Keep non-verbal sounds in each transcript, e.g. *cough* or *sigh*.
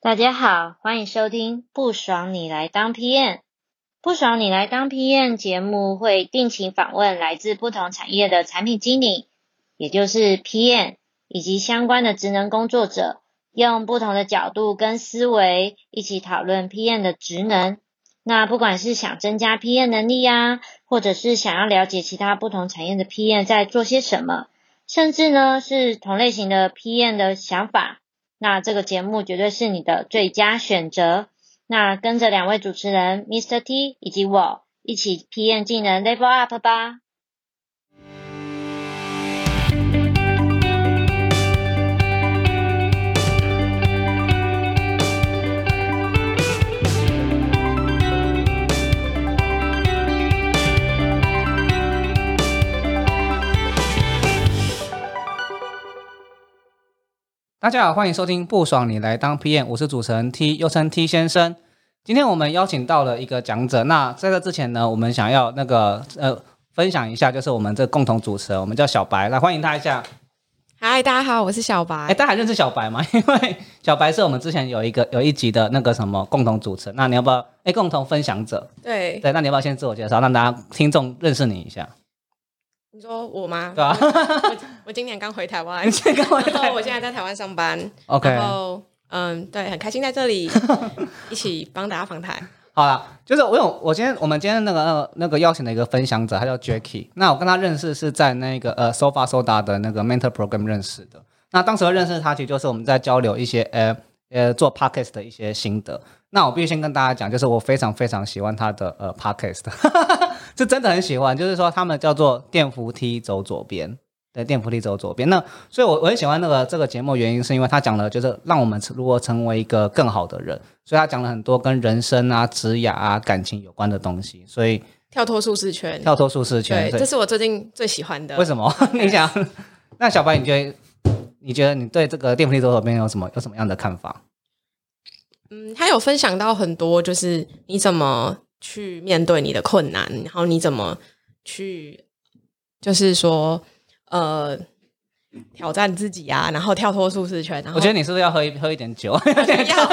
大家好，欢迎收听《不爽你来当 PM》。不爽你来当 PM 节目会定期访问来自不同产业的产品经理，也就是 PM 以及相关的职能工作者，用不同的角度跟思维一起讨论 PM 的职能。那不管是想增加 PM 能力呀、或者是想要了解其他不同产业的 PM 在做些什么，甚至呢是同类型的 PM 的想法，那这个节目绝对是你的最佳选择。那跟着两位主持人 Mr. T 以及我一起 PM 技能 Level Up 吧。大家好，欢迎收听《不爽你来当 PM》，我是主持人 T，又称 T 先生。今天我们邀请到了一个讲者，那在这之前呢，我们想要那个呃分享一下，就是我们这共同主持人，我们叫小白，来欢迎他一下。嗨，大家好，我是小哎，白。大家还认识小白吗？因为小白是我们之前有一个有 *laughs* 一集的那个什么共同主持人，那你要不要哎共同分享者？对，对，那你要不要先自我介绍，让大家听众认识你一下，你说我吗对？啊吧、我我今年刚回 *laughs* 台湾，这个我然后我现在在台湾上班。 OK 然后嗯，对，很开心在 *laughs* 这里一起帮大家访谈。好啦，就是我有我今天我们今天那个那个那个邀请的一个分享者，他叫 Jacky。那我跟他认识是在那个呃 Sofa Soda 的那个 Mentor Program 认识的。那当时会认识他，其实就是我们在交流一些呃呃做 Podcast 的一些心得。那我必须先跟大家讲，就是我非常非常喜欢他的呃 Podcast，是真的很喜欢。就是说他们叫做电扶梯走左边。对，电扶梯走左边。那所以我，我很喜欢那个这个节目，原因是因为他讲了，就是让我们如何成为一个更好的人。所以他讲了很多跟人生啊、职业啊、感情有关的东西，所以跳脱舒适圈，跳脱舒适圈。对，所这以是我最近最喜欢的。为什 *laughs* 么？你想， *laughs* 那小白，你觉得你觉得你对这个电扶梯左手边有什么有什么样的看法？嗯，他有分享到很多，就是你怎么去面对你的困难，然后你怎么去，就是说，呃，挑战自己啊，然后跳脱舒适圈。然后我觉得你是不是要喝一喝一点酒得要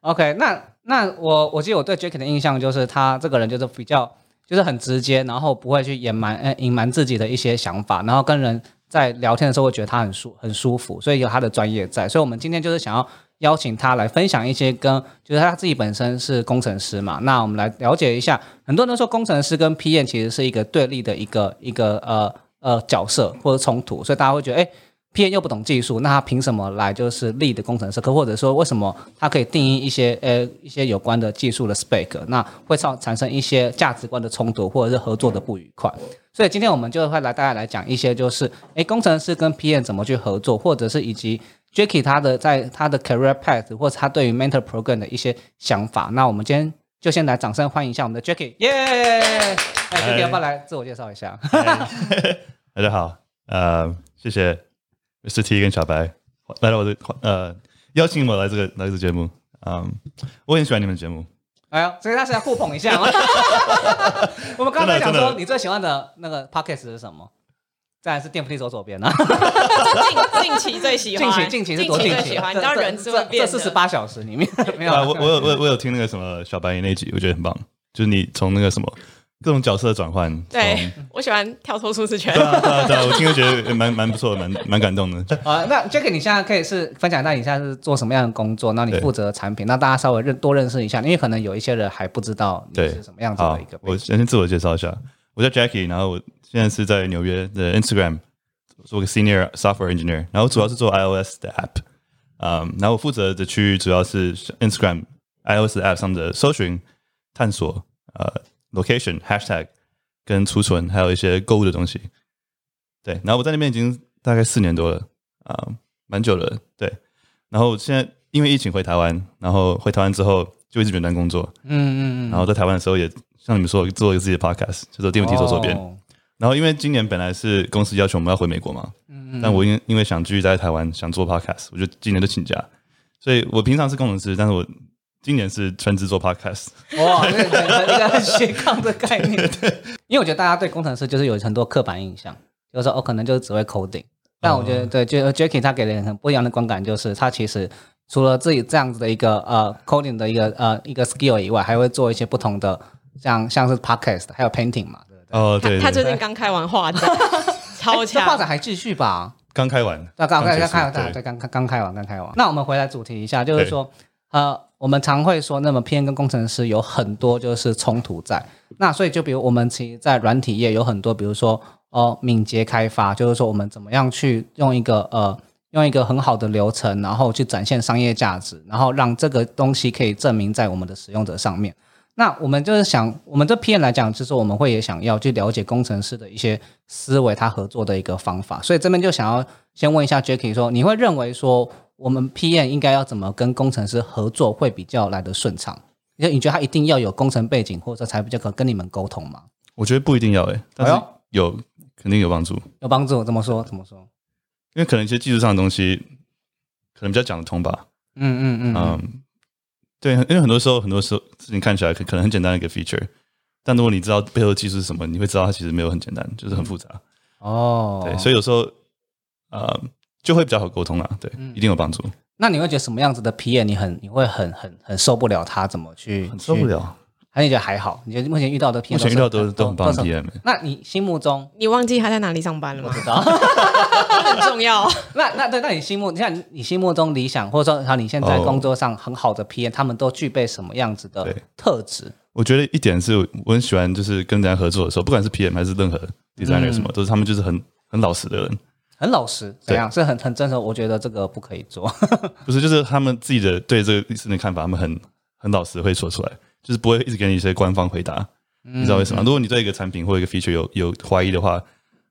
？OK，那那我我记得我对 Jack 的印象就是他这个人就是比较就是很直接，然后不会去隐瞒呃隐瞒自己的一些想法，然后跟人在聊天的时候会觉得他很舒很舒服，所以有他的专业在。所以我们今天就是想要邀请他来分享一些跟就是他自己本身是工程师嘛，那我们来了解一下。很多人都说工程师跟 PM 其实是一个对立的一个一个呃呃角色或者冲突，所以大家会觉得哎。PM 又不懂技术，那他凭什么来就是立的工程师？可或者说，为什么他可以定义一些呃一些有关的技术的 spec？那会造产生一些价值观的冲突，或者是合作的不愉快。所以今天我们就会来大家来讲一些，就是诶工程师跟 PM 怎么去合作，或者是以及 Jacky 他的在他的 career path 或者他对于 mentor program 的一些想法。那我们今天就先来掌声欢迎一下我们的 Jacky，耶！哎，Jacky 要不要来自我介绍一下？嗨 *laughs* 大家好，呃，谢谢 Mr. T 跟小白来到我的呃邀请我来这个来这个节目，嗯，我很喜欢你们的节目，哎呦，所以他是要互捧一下 *laughs* 吗？我们刚才讲真的真说，的你最喜欢的那个 podcast 是什么？再来是电扶梯走左边啊， *laughs* 近近期最喜近欢，期近期是多近近期最期喜啊？欢，你知道这人是这会这变这的。四十八小时里 *laughs* 面没有啊啊，我我有我有我有听那个什么小白那一集，我觉得很棒，就是你从那个什么各种角色的转换，对从，我喜欢跳脱舒适圈对。啊对啊对啊，我听了觉得蛮蛮不错的，蛮蛮感动的。啊，那 Jack，你现在可以是分享一下你现在是做什么样的工作，那你对负责产品，那大家稍微认多认识一下，因为可能有一些人还不知道你对是什么样子好的一个，背我景。先自我介绍一下，我叫 Jackie，然后我现在是在纽约的 Instagram 做个 Senior Software Engineer，然后主要是做 iOS 的 App，嗯，然后我负责的区域主要是 Instagram iOS 的 App 上的搜寻、探索、呃 Location、Hashtag 跟储存，还有一些购物的东西。对，然后我在那边已经大概四年多了，啊、蛮久了。对，然后现在因为疫情回台湾，然后回台湾之后就一直远端工作，嗯嗯嗯，然后在台湾的时候也像你们说做一个自己的 podcast，叫做《电扶梯左手边》哦然后因为今年本来是公司要求我们要回美国嘛，嗯但我因因为想继续待在台湾，想做 podcast，我就今年就请假。所以我平常是工程师，但是我今年是全职做 podcast。哇，这个很一个很斜杠的概念。因为我觉得大家对工程师就是有很多刻板印象，就是呃说哦，可能就是只会 coding。但我觉得、对，就 Jacky 他给人很不一样的观感，就是他其实除了自己这样子的一个呃 coding 的一个呃一个 skill 以外，还会做一些不同的，像像是 podcast 还有 painting 嘛。对不对哦，他对，他对最近刚开完 *laughs* 画展，超诶这画强展。还继续吧？刚开完，那刚刚刚开完，结束对对对，刚刚刚开完，刚开完。那我们回来主题一下，就是说，呃，我们常会说，那么 PM 跟工程师有很多就是冲突在。那所以就比如我们其实，在软体业有很多，比如说哦，敏捷开发，就是说我们怎么样去用一个呃，用一个很好的流程，然后去展现商业价值，然后让这个东西可以证明在我们的使用者上面。那我们就是想，我们这 PM 来讲，就是我们会也想要去了解工程师的一些思维，他合作的一个方法。所以这边就想要先问一下 Jacky 说，你会认为说我们 PM 应该要怎么跟工程师合作会比较来的顺畅？你你觉得他一定要有工程背景，或者才比较可跟你们沟通吗？我觉得不一定要诶，但哎是呦有肯定有帮助，有帮助？怎么说？怎么说？因为可能一些技术上的东西可能比较讲得通吧。嗯嗯嗯嗯嗯，对，因为很多时候很多时候事情看起来可可能很简单的一个 feature，但如果你知道背后的技术是什么，你会知道它其实没有很简单，就是很复杂。哦，对，所以有时候呃就会比较好沟通啦。对，一定有帮助，那你会觉得什么样子的 PM 你很你会很很很受不了他怎么去很受不？去了。还是你觉得还好？你觉得目前遇到的 PM 目前遇到都都是都很棒的是 PM，那你心目中你忘记他在哪里上班了我吗？知道，很重 *laughs* 要。 *laughs* 那那对，那你心目，你看你心目中理想，或者说好，你现在哦工作上很好的 PM，、他们都具备什么样子的对特质？我觉得一点是我很喜欢，就是跟人家合作的时候，不管是 PM 还是任何 designer 什么，都是他们就是很很老实的人，很老实，怎样？是很很真实。我觉得这个不可以做。 *laughs* 不是就是他们自己的对这个事情的看法，他们很很老实会说出来，就是不会一直给你一些官方回答。你知道为什么？如果你对一个产品或一个 feature 有有怀疑的话，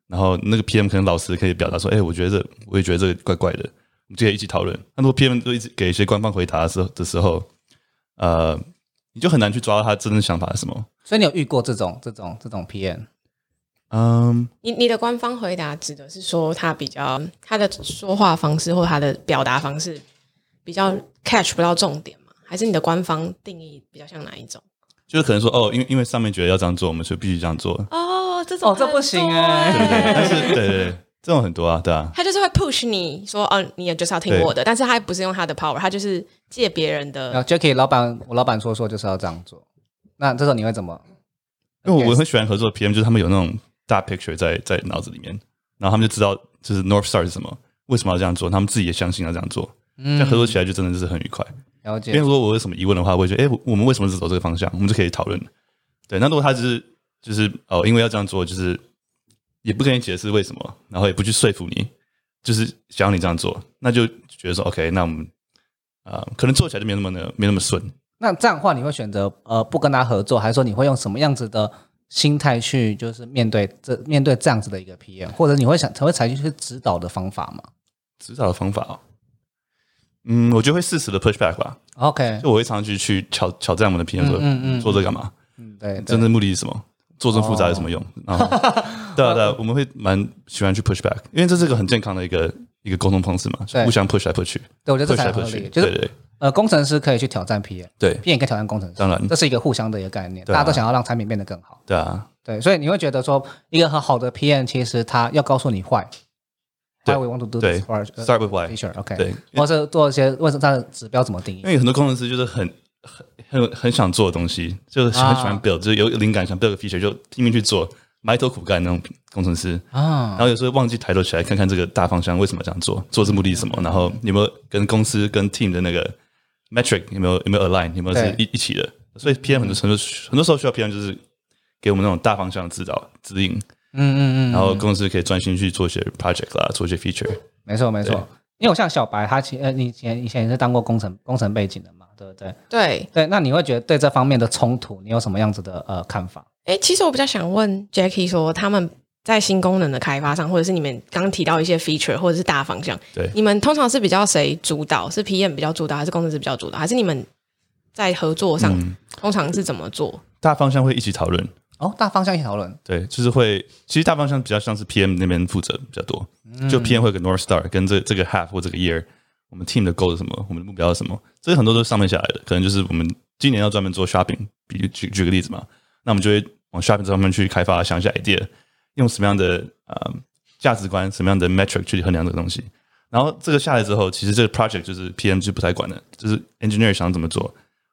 然后那个 PM 可能老师可以表达说：“哎、我觉得这，我也觉得这个怪怪的，我们就可以一起讨论。”那如果 PM 都一直给一些官方回答的时候的时候，呃，你就很难去抓到他真正想法是什么。所以你有遇过这种这种这种 PM？嗯，你你的官方回答指的是说他比较他的说话方式或他的表达方式比较 catch 不到重点吗？还是你的官方定义比较像哪一种？就是可能说哦，因为因为上面觉得要这样做，我们就必须这样做。哦，这啊哦这不行欸对对对，但是 *laughs* 对对对，这种很多啊，对啊，他就是会 push 你说，哦，你也就是要听对我的，但是他不是用他的 power，他就是借别人然后的。 Jacky 老板，我老板说说就是要这样做。那这时候你会怎么？因为我 Yes 我很喜欢合作的 PM，就是他们有那种大 picture 在在脑子里面，然后他们就知道就是 North Star 是什么，为什么要这样做，他们自己也相信要这样做，这样合作起来就真的是很愉快。嗯了因为解如果我有什么疑问的话，我会觉得，哎、我我们为什么是走这个方向，我们就可以讨论。对，那如果他只是就是哦，因为要这样做，就是也不跟你解释为什么，然后也不去说服你，就是想要你这样做，那就觉得说 OK，那我们啊、呃可能做起来就没那么的没那么顺。那这样的话，你会选择呃不跟他合作，还是说你会用什么样子的心态去就是面对这面对这样子的一个 PM，或者你会想会采取一些指导的方法吗指导的方法哦，嗯，我觉得会适时的 push back 吧， ？OK，就我会常去去挑挑战我们的 PM 说，嗯嗯嗯做这干嘛？嗯，对，对哦真正目的是什么？做这么复杂有什么用？然后，*laughs* 对啊对啊，我们会蛮喜欢去 push back，因为这是个很健康的一个一个沟通方式嘛，对互相 push 来 push 去对，我觉得这，push 才来合 push 去，理。就对是对呃，工程师可以去挑战 PM，PM 对也可以挑战工程师，当然这是一个互相的一个概念，对大啊家都想要让产品变得更好。对啊，对，所以你会觉得说，一个很好的 PM 其实他要告诉你坏对，Why we want to do 对 this for ，start with why， feature，OK，、对或者是做一些为什么它的指标怎么定义因？为很多工程师就是很很很很想做的东西，就是很喜欢啊 build，就是有灵感想 build 个 feature 就拼命去做，埋头苦干那种工程师，啊然，后有时候忘记抬头起来看看这个大方向为什么这样做，做这目的是什么，然后有没有跟公司跟 team 的那个 metric 有没有有没有 align，有没有是对一一起的？所以 PM 很多很多很多时候需要 PM 就是给我们那种大方向的指导指引，嗯嗯嗯，然后公司可以专心去做一些 project 啦，做一些 feature。没错没错对。因为我像小白，他其呃，你以前以前也是当过工程工程背景的嘛，对不对？对，对，那你会觉得对这方面的冲突，你有什么样子的呃看法？哎，其实我比较想问 Jackie 说，他们在新功能的开发上，或者是你们刚提到一些 feature 或者是大方向，对你们通常是比较谁主导？是 PM 比较主导，还是工程师比较主导，还是你们在合作上、嗯通常是怎么做？大方向会一起讨论，哦，大方向一起讨论，对，就是会，其实大方向比较像是 PM 那边负责比较多，就 PM 会有个 North Star 跟这这个 half 或这个 year，我们 team 的 goal 是什么，我们的目标是什么，这些很多都是上面下来的，可能就是我们今年要专门做 shopping，比如举举个例子嘛，那我们就会往 shopping 这方面去开发，想一些 idea，用什么样的呃价值观，什么样的 metric 去衡量这个东西，然后这个下来之后，其实这个 project 就是 PMG 不太管的，就是 engineer 想怎么做，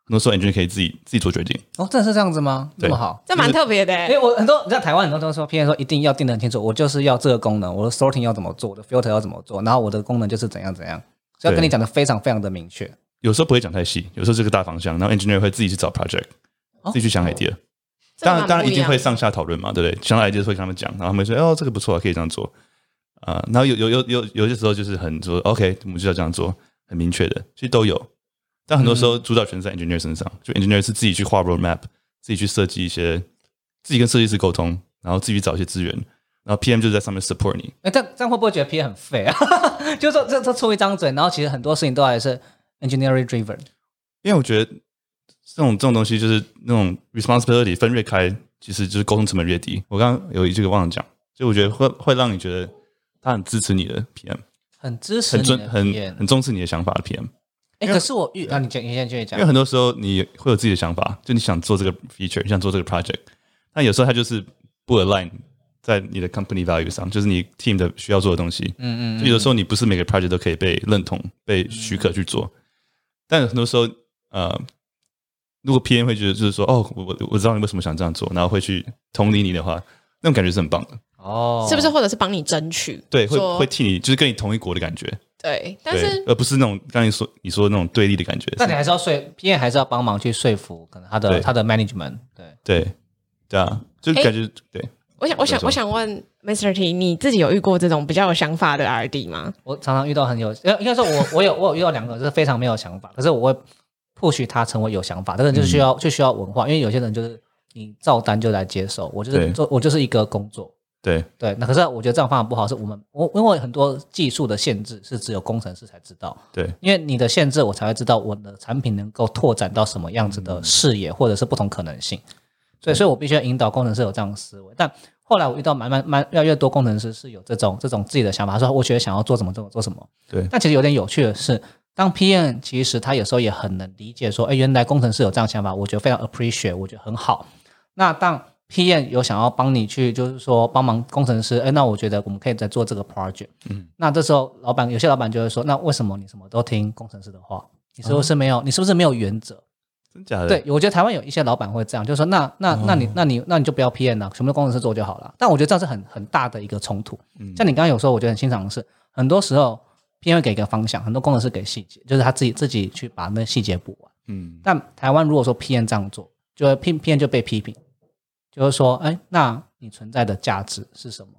很多时候 engineer 可以自己自己做决定。哦，真的是这样子吗？这么好？这蛮特别的、欸因为我很多你在台湾很多都说 P N 说一定要定得很清楚，我就是要这个功能，我的 sorting 要怎么做，我的 filter 要怎么做，然后我的功能就是怎样怎样，所以要跟对你讲的非常非常的明确。有时候不会讲太细，有时候这个大方向，然后 engineer 会自己去找 project，、哦自己去想 idea。这当蛮不然，当然一定样会上下讨论嘛，对不对？想到 idea 会跟他们讲，然后他们说：“哦，这个不错，可以这样做。啊，然后有有有有有些时候就是很说 OK，我们就要这样做，很明确的，其实都有。但很多时候嗯主导权在 engineer 身上，就 engineer 是自己去画 roadmap，自己去设计一些，自己跟设计师沟通，然后自己去找一些资源，然后 PM 就在上面 support 你。哎，这样这样会不会觉得 P N 很废啊？ *laughs* 就是说这这出一张嘴，然后其实很多事情都还是 engineering driven。因为我觉得这种这种东西就是那种 responsibility 分越开，其实就是沟通成本越低。我刚刚有一句忘了讲，所以我觉得会会让你觉得他很支持你的 PM，很支持很你的尊很 PM 很重视你的想法的 PM，哎，可是我遇啊，你先你先继续因讲为。很多时候你会有自己的想法，就你想做这个 feature，你想做这个 project，但有时候它就是不 align 在你的 company value 上，就是你 team 的需要做的东西。嗯嗯就有的时候你不是每个 project 都可以被认同、被许可去做，但很多时候，呃，如果 PM 会觉得就是说，哦，我我我知道你为什么想这样做，然后会去同理你的话，那种感觉是很棒的，哦，是不是？或者是帮你争取？对，会说会替你就是跟你同一国的感觉，对，但对是，而不是那种刚才你说你说的那种对立的感觉，但你还是要说 P N 还是要帮忙去说服可能他的对他的 management 对。对，对啊，就哎感觉、对。我想，我想没，错我想问 Mr. T，你自己有遇过这种比较有想法的 RD 吗？我常常遇到很有，呃，应该说我我有我有遇到两个就是非常没有想法，可是我会 push 他成为有想法，这个人就是需要、就需要文化，因为有些人就是你照单就来接受，我就是对做我就是一个工作，对，对，那可是我觉得这样方法不好，是我们我因为很多技术的限制是只有工程师才知道，对，因为你的限制我才会知道我的产品能够拓展到什么样子的视野或者是不同可能性，所以所以我必须要引导工程师有这样的思维，但。后来我遇到蛮蛮蛮越来越多工程师是有这种这种自己的想法，他说我觉得想要做什么做做什么，但其实有点有趣的是，当 PM 其实他有时候也很能理解说，哎，原来工程师有这样想法，我觉得非常 appreciate，我觉得很好。那当 PM 有想要帮你去，就是说帮忙工程师，哎，那我觉得我们可以再做这个 project。嗯，那这时候老板有些老板就会说，那为什么你什么都听工程师的话？你是不是没有？你是不是没有原则？真假的？对，我觉得台湾有一些老板会这样，就是说那那那你那你那你就不要 PM 了、全部都工程师做就好了。但我觉得这样是很很大的一个冲突。像你刚刚有说，我觉得很欣赏的是，很多时候 PM 会给一个方向，很多工程师给细节，就是他自己自己去把那细节补完。嗯，但台湾如果说 PM 这样做，就会 P PM 就被批评，就是说，哎，那你存在的价值是什么？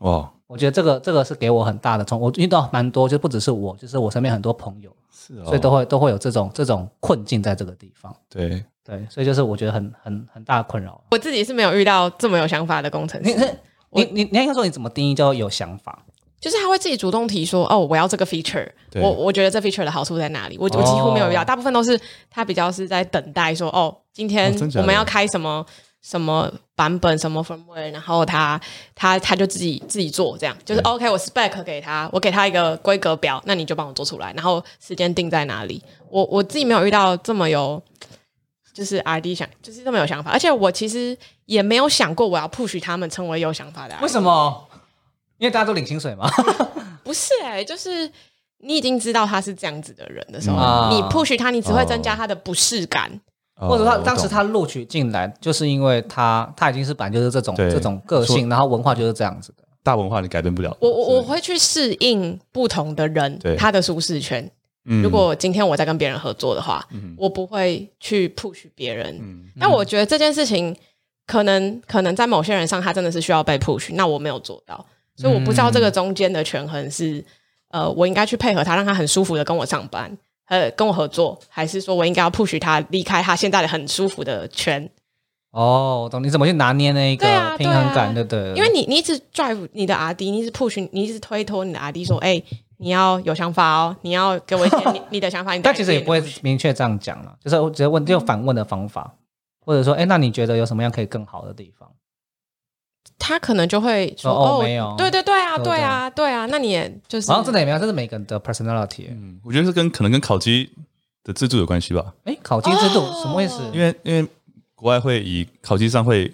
哇，我觉得这个这个是给我很大的冲，我遇到蛮多，就不只是我，就是我身边很多朋友，是哦，所以都会都会有这种这种困境在这个地方。对，对，所以就是我觉得很很很大的困扰。啊我自己是没有遇到这么有想法的工程你师，是你你你应该说你怎么定义叫有想法？就是他会自己主动提说，哦，我要这个 feature，对我我觉得这 feature 的好处在哪里？我我几乎没有遇到，哦大部分都是他比较是在等待说，哦，今天哦真假我的们要开什么什么版本，什么 firmware，然后他他他就自己自己做，这样就是哦对 OK，我 spec 给他，我给他一个规格表，那你就帮我做出来，然后时间定在哪里？我我自己没有遇到这么有。就是 R D 想，就是这么有想法，而且我其实也没有想过我要 push 他们成为有想法的 RD。为什么？因为大家都领薪水嘛。不是哎、就是你已经知道他是这样子的人的时候，嗯你啊哦 push 他，你只会增加他的不适感。或者哦他我当时懂他录取进来，就是因为他他已经是本来就是这种对这种个性，然后文化就是这样子的。大文化你改变不了，我我我是会去适应不同的人对他的舒适圈。嗯如果今天我在跟别人合作的话，嗯我不会去 push 别人。嗯但我觉得这件事情可能可能在某些人上，他真的是需要被 push，那我没有做到，所以我不知道这个中间的权衡是，呃，我应该去配合他，让他很舒服的跟我上班，呃，跟我合作，还是说我应该要 push 他离开他现在的很舒服的圈？哦，我懂你怎么去拿捏那一个对啊平衡感，对对不对了？因为你你一直 drive 你的 R D，你一直 push，你一直推脱你的 R D 说，哎、你要有想法哦，你要给我一些你你的想法，你的但其实也不会明确这样讲了，就是我直接问，就反问的方法，或者说，哎，那你觉得有什么样可以更好的地方？他可能就会说说，哦哦，没有对对对啊，对对啊，对啊，那你也就是好像真的也没有，这是每个人的 personality。嗯，我觉得是跟可能跟烤鸡的制度有关系吧，哎，考级制度哦什么意思？因为因为国外会以烤鸡上会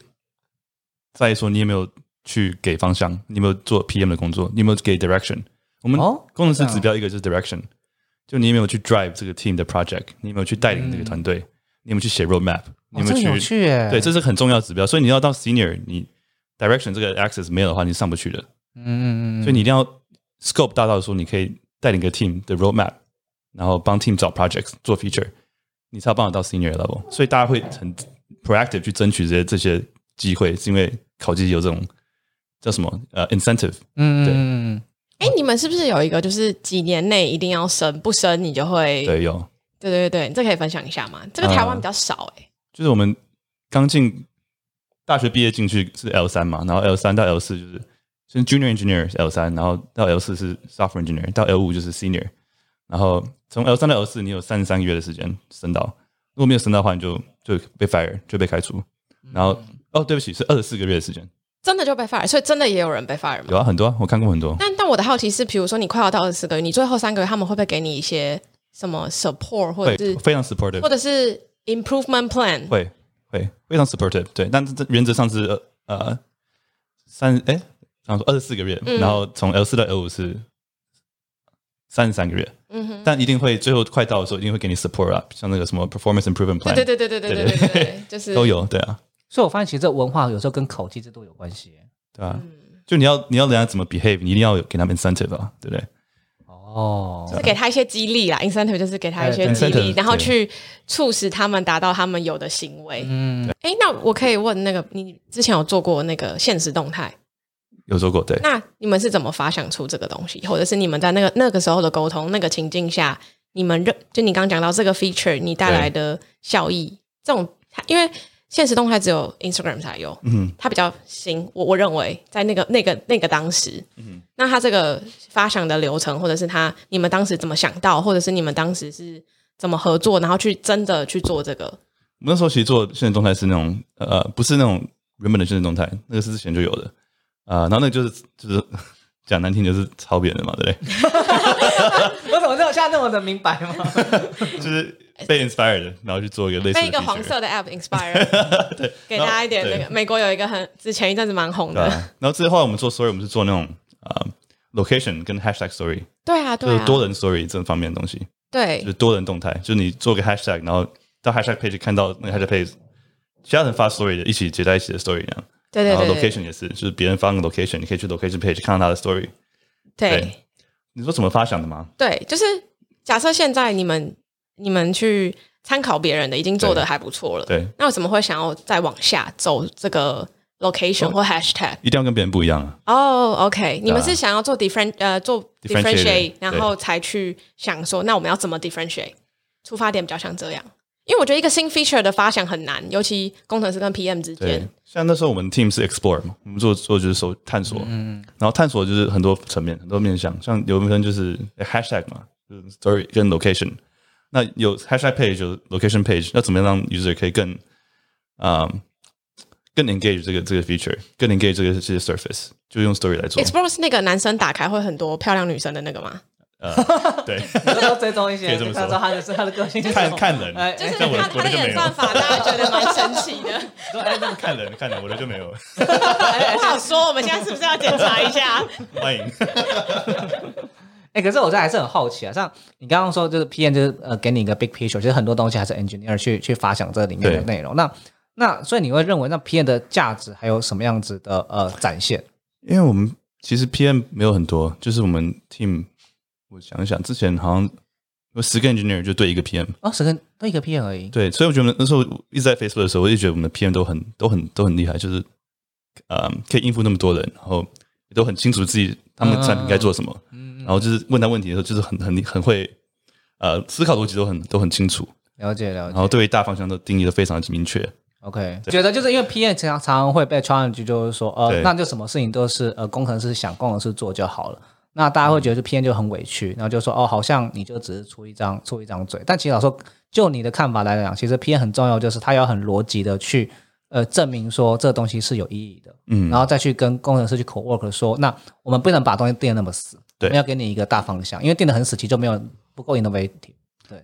在意说你有没有去给方向，你有没有做 PM 的工作，你有没有给 direction，我们哦工程师这样指标一个就是 direction，、就你有没有去 drive 这个 team 的 project，你有没有去带领这个团队，你有没有去写 roadmap，你有嗯没哦这有有去、趣耶？对，这是很重要的指标。所以你要到 senior，你 direction 这个 access 没有的话，你是上不去的。嗯嗯嗯，所以你一定要 scope 大到说，你可以带领个 team 的 roadmap，然后帮 team 找 projects 做 feature，你才有办法到 senior level。所以大家会很 proactive 去争取这些这些机会，是因为考级有这种叫什么呃 incentive。嗯嗯嗯对嗯哎、你们是不是有一个就是几年内一定要升，不升你就会？对，啊有对对对，你这可以分享一下吗？这个台湾比较少哎、就是我们刚进大学毕业进去是 L 三嘛，然后 L 三到 L 四就是先 Junior Engineer 是 L 三，然后到 L 四是 Software Engineer，到 L 五就是 Senior，然后从 L 三到 L 四你有三十三个月的时间升到，如果没有升到的话，你就就被 fire 就被开除，然后、哦对不起是二十四个月的时间，真的就被 fire，所以真的也有人被 fire 有吗？啊很多啊，我看过很多，但但我的好奇是，比如说你快要到二十个月，你最后三个月他们会不会给你一些什么 support 或会者是非常或 supportive，者是 improvement plan？会会非常 supportive，对，但是这原则上是呃呃三哎，然后二十四个月，嗯然后从 L 四到 L 五是三十三个月，嗯哼，但一定会最后快到的时候，一定会给你 support up，像那个什么 performance improvement plan，对对对对对对对对 *laughs* 对，就是都有，对啊，所以我发现其实这文化有时候跟口技制度有关系耶。对啊，嗯就你要你要人家怎么 behave，你一定要有给他们 incentive 啊，对不对？哦，是给他一些激励啦，incentive 就是给他一些对激励， incentive，然后对去促使他们达到他们有的行为。嗯，哎，那我可以问那个，你之前有做过那个现实动态，有做过，对，那你们是怎么发想出这个东西，或者是你们在那个那个时候的沟通、那个情境下，你们认就你刚刚讲到这个 feature 你带来的效益，这种因为现实动态只有 Instagram 才有，嗯，它比较新，我我认为在那个那个那个当时，嗯，那它这个发想的流程，或者是它你们当时怎么想到，或者是你们当时是怎么合作，然后去真的去做这个，我们那时候其实做现实动态是那种呃，不是那种原本的现实动态，那个是之前就有的啊、呃然后那个就是就是 *laughs* 讲难听就是抄别人的嘛，对不对？我怎么知道现在那么的明白 *laughs* 吗？就是被 inspired，的然后去做一个类似的被一个 feature 黄色的 app inspire，给 *laughs* 大家一点那然个后美国有一个很之前一阵子蛮红对、啊的，。然后之后我们做 story，我们是做那种啊、呃 location 跟 hashtag story，对啊，就对是啊，多人 story 这方面的东西。对就是多人动态，就是你做个 hashtag，然后到 hashtag page 看到那个 hashtag page，其他人发 story 的，一起结在一起的 story 一样。对对然后对对 location 也是，就是别人发个 location，你可以去 location page 看到他的 story。对你说怎么发想的吗？对，就是假设现在你们你们去参考别人的，已经做的对还不错了，对，那为什么会想要再往下走这个哦 location 或 hashtag？一定要跟别人不一样啊。哦、o k 你们是想要做 different 呃做 Differentiate， differentiate，对然后才去想说，那我们要怎么 differentiate？出发点比较像这样，因为我觉得一个新 feature 的发想很难，尤其工程师跟 PM 之对间。，像那时候我们 team 是 explore 嘛，我们做做就是搜探索，嗯，然后探索就是很多层面，很多面向，像有部分就是呃 hashtag 嘛，就是 story 跟 location。那有 hashtag page 有 location page，那怎么样让 user 可以更啊、嗯更 engage 这个这个 feature，更 engage 这个这些 surface，就用 story 来做。 Explore 是那个男生打开会很多漂亮女生的那个吗？对，有时候追踪一些，可以这就么说看到他的是他的个性是什看么，看人，哎， *laughs* 就是哎那我他我他的的就没演有 *laughs* 算法，大家觉得蛮神奇 *laughs* 的。看人看人，我的就没有， *laughs* 不好说，我们现在是不是要检查一下？欢迎。哎、可是我这还是很好奇啊，像你刚刚说，就是 PM 就是呃，给你一个 big picture，就是很多东西还是 engineer 去去发想这里面的对内容。那那所以你会认为，那 PM 的价值还有什么样子的呃展现？因为我们其实 PM 没有很多，就是我们 team，我想一想，之前好像有十个 engineer 就对一个 PM，哦，十个那一个 PM 而已。对，所以我觉得那时候一直在 Facebook 的时候，我就觉得我们的 PM 都很都很都很厉害，就是呃可以应付那么多人，然后也都很清楚自己他们的产品该做什么，嗯然后就是问他问题的时候，就是很很很会呃思考逻辑都很都很清楚，了解了然解。后对于大方向的定义都非常明确， OK，觉得就是因为 PM 常常常会被 challenge，就是说呃，对那就什么事情都是呃工程师想工程师做就好了。那大家会觉嗯得 PM 就很委屈，然后就说哦，好像你就只是出一张出一张嘴。但其实老实说，就你的看法来讲，其实 PM 很重要，就是他要很逻辑的去呃证明说这东西是有意义的。嗯然后再去跟工程师去 co work 说，那我们不能把东西定的那么死，我对们要给你一个大方向，因为定的很死，其实就没有不够 innovative。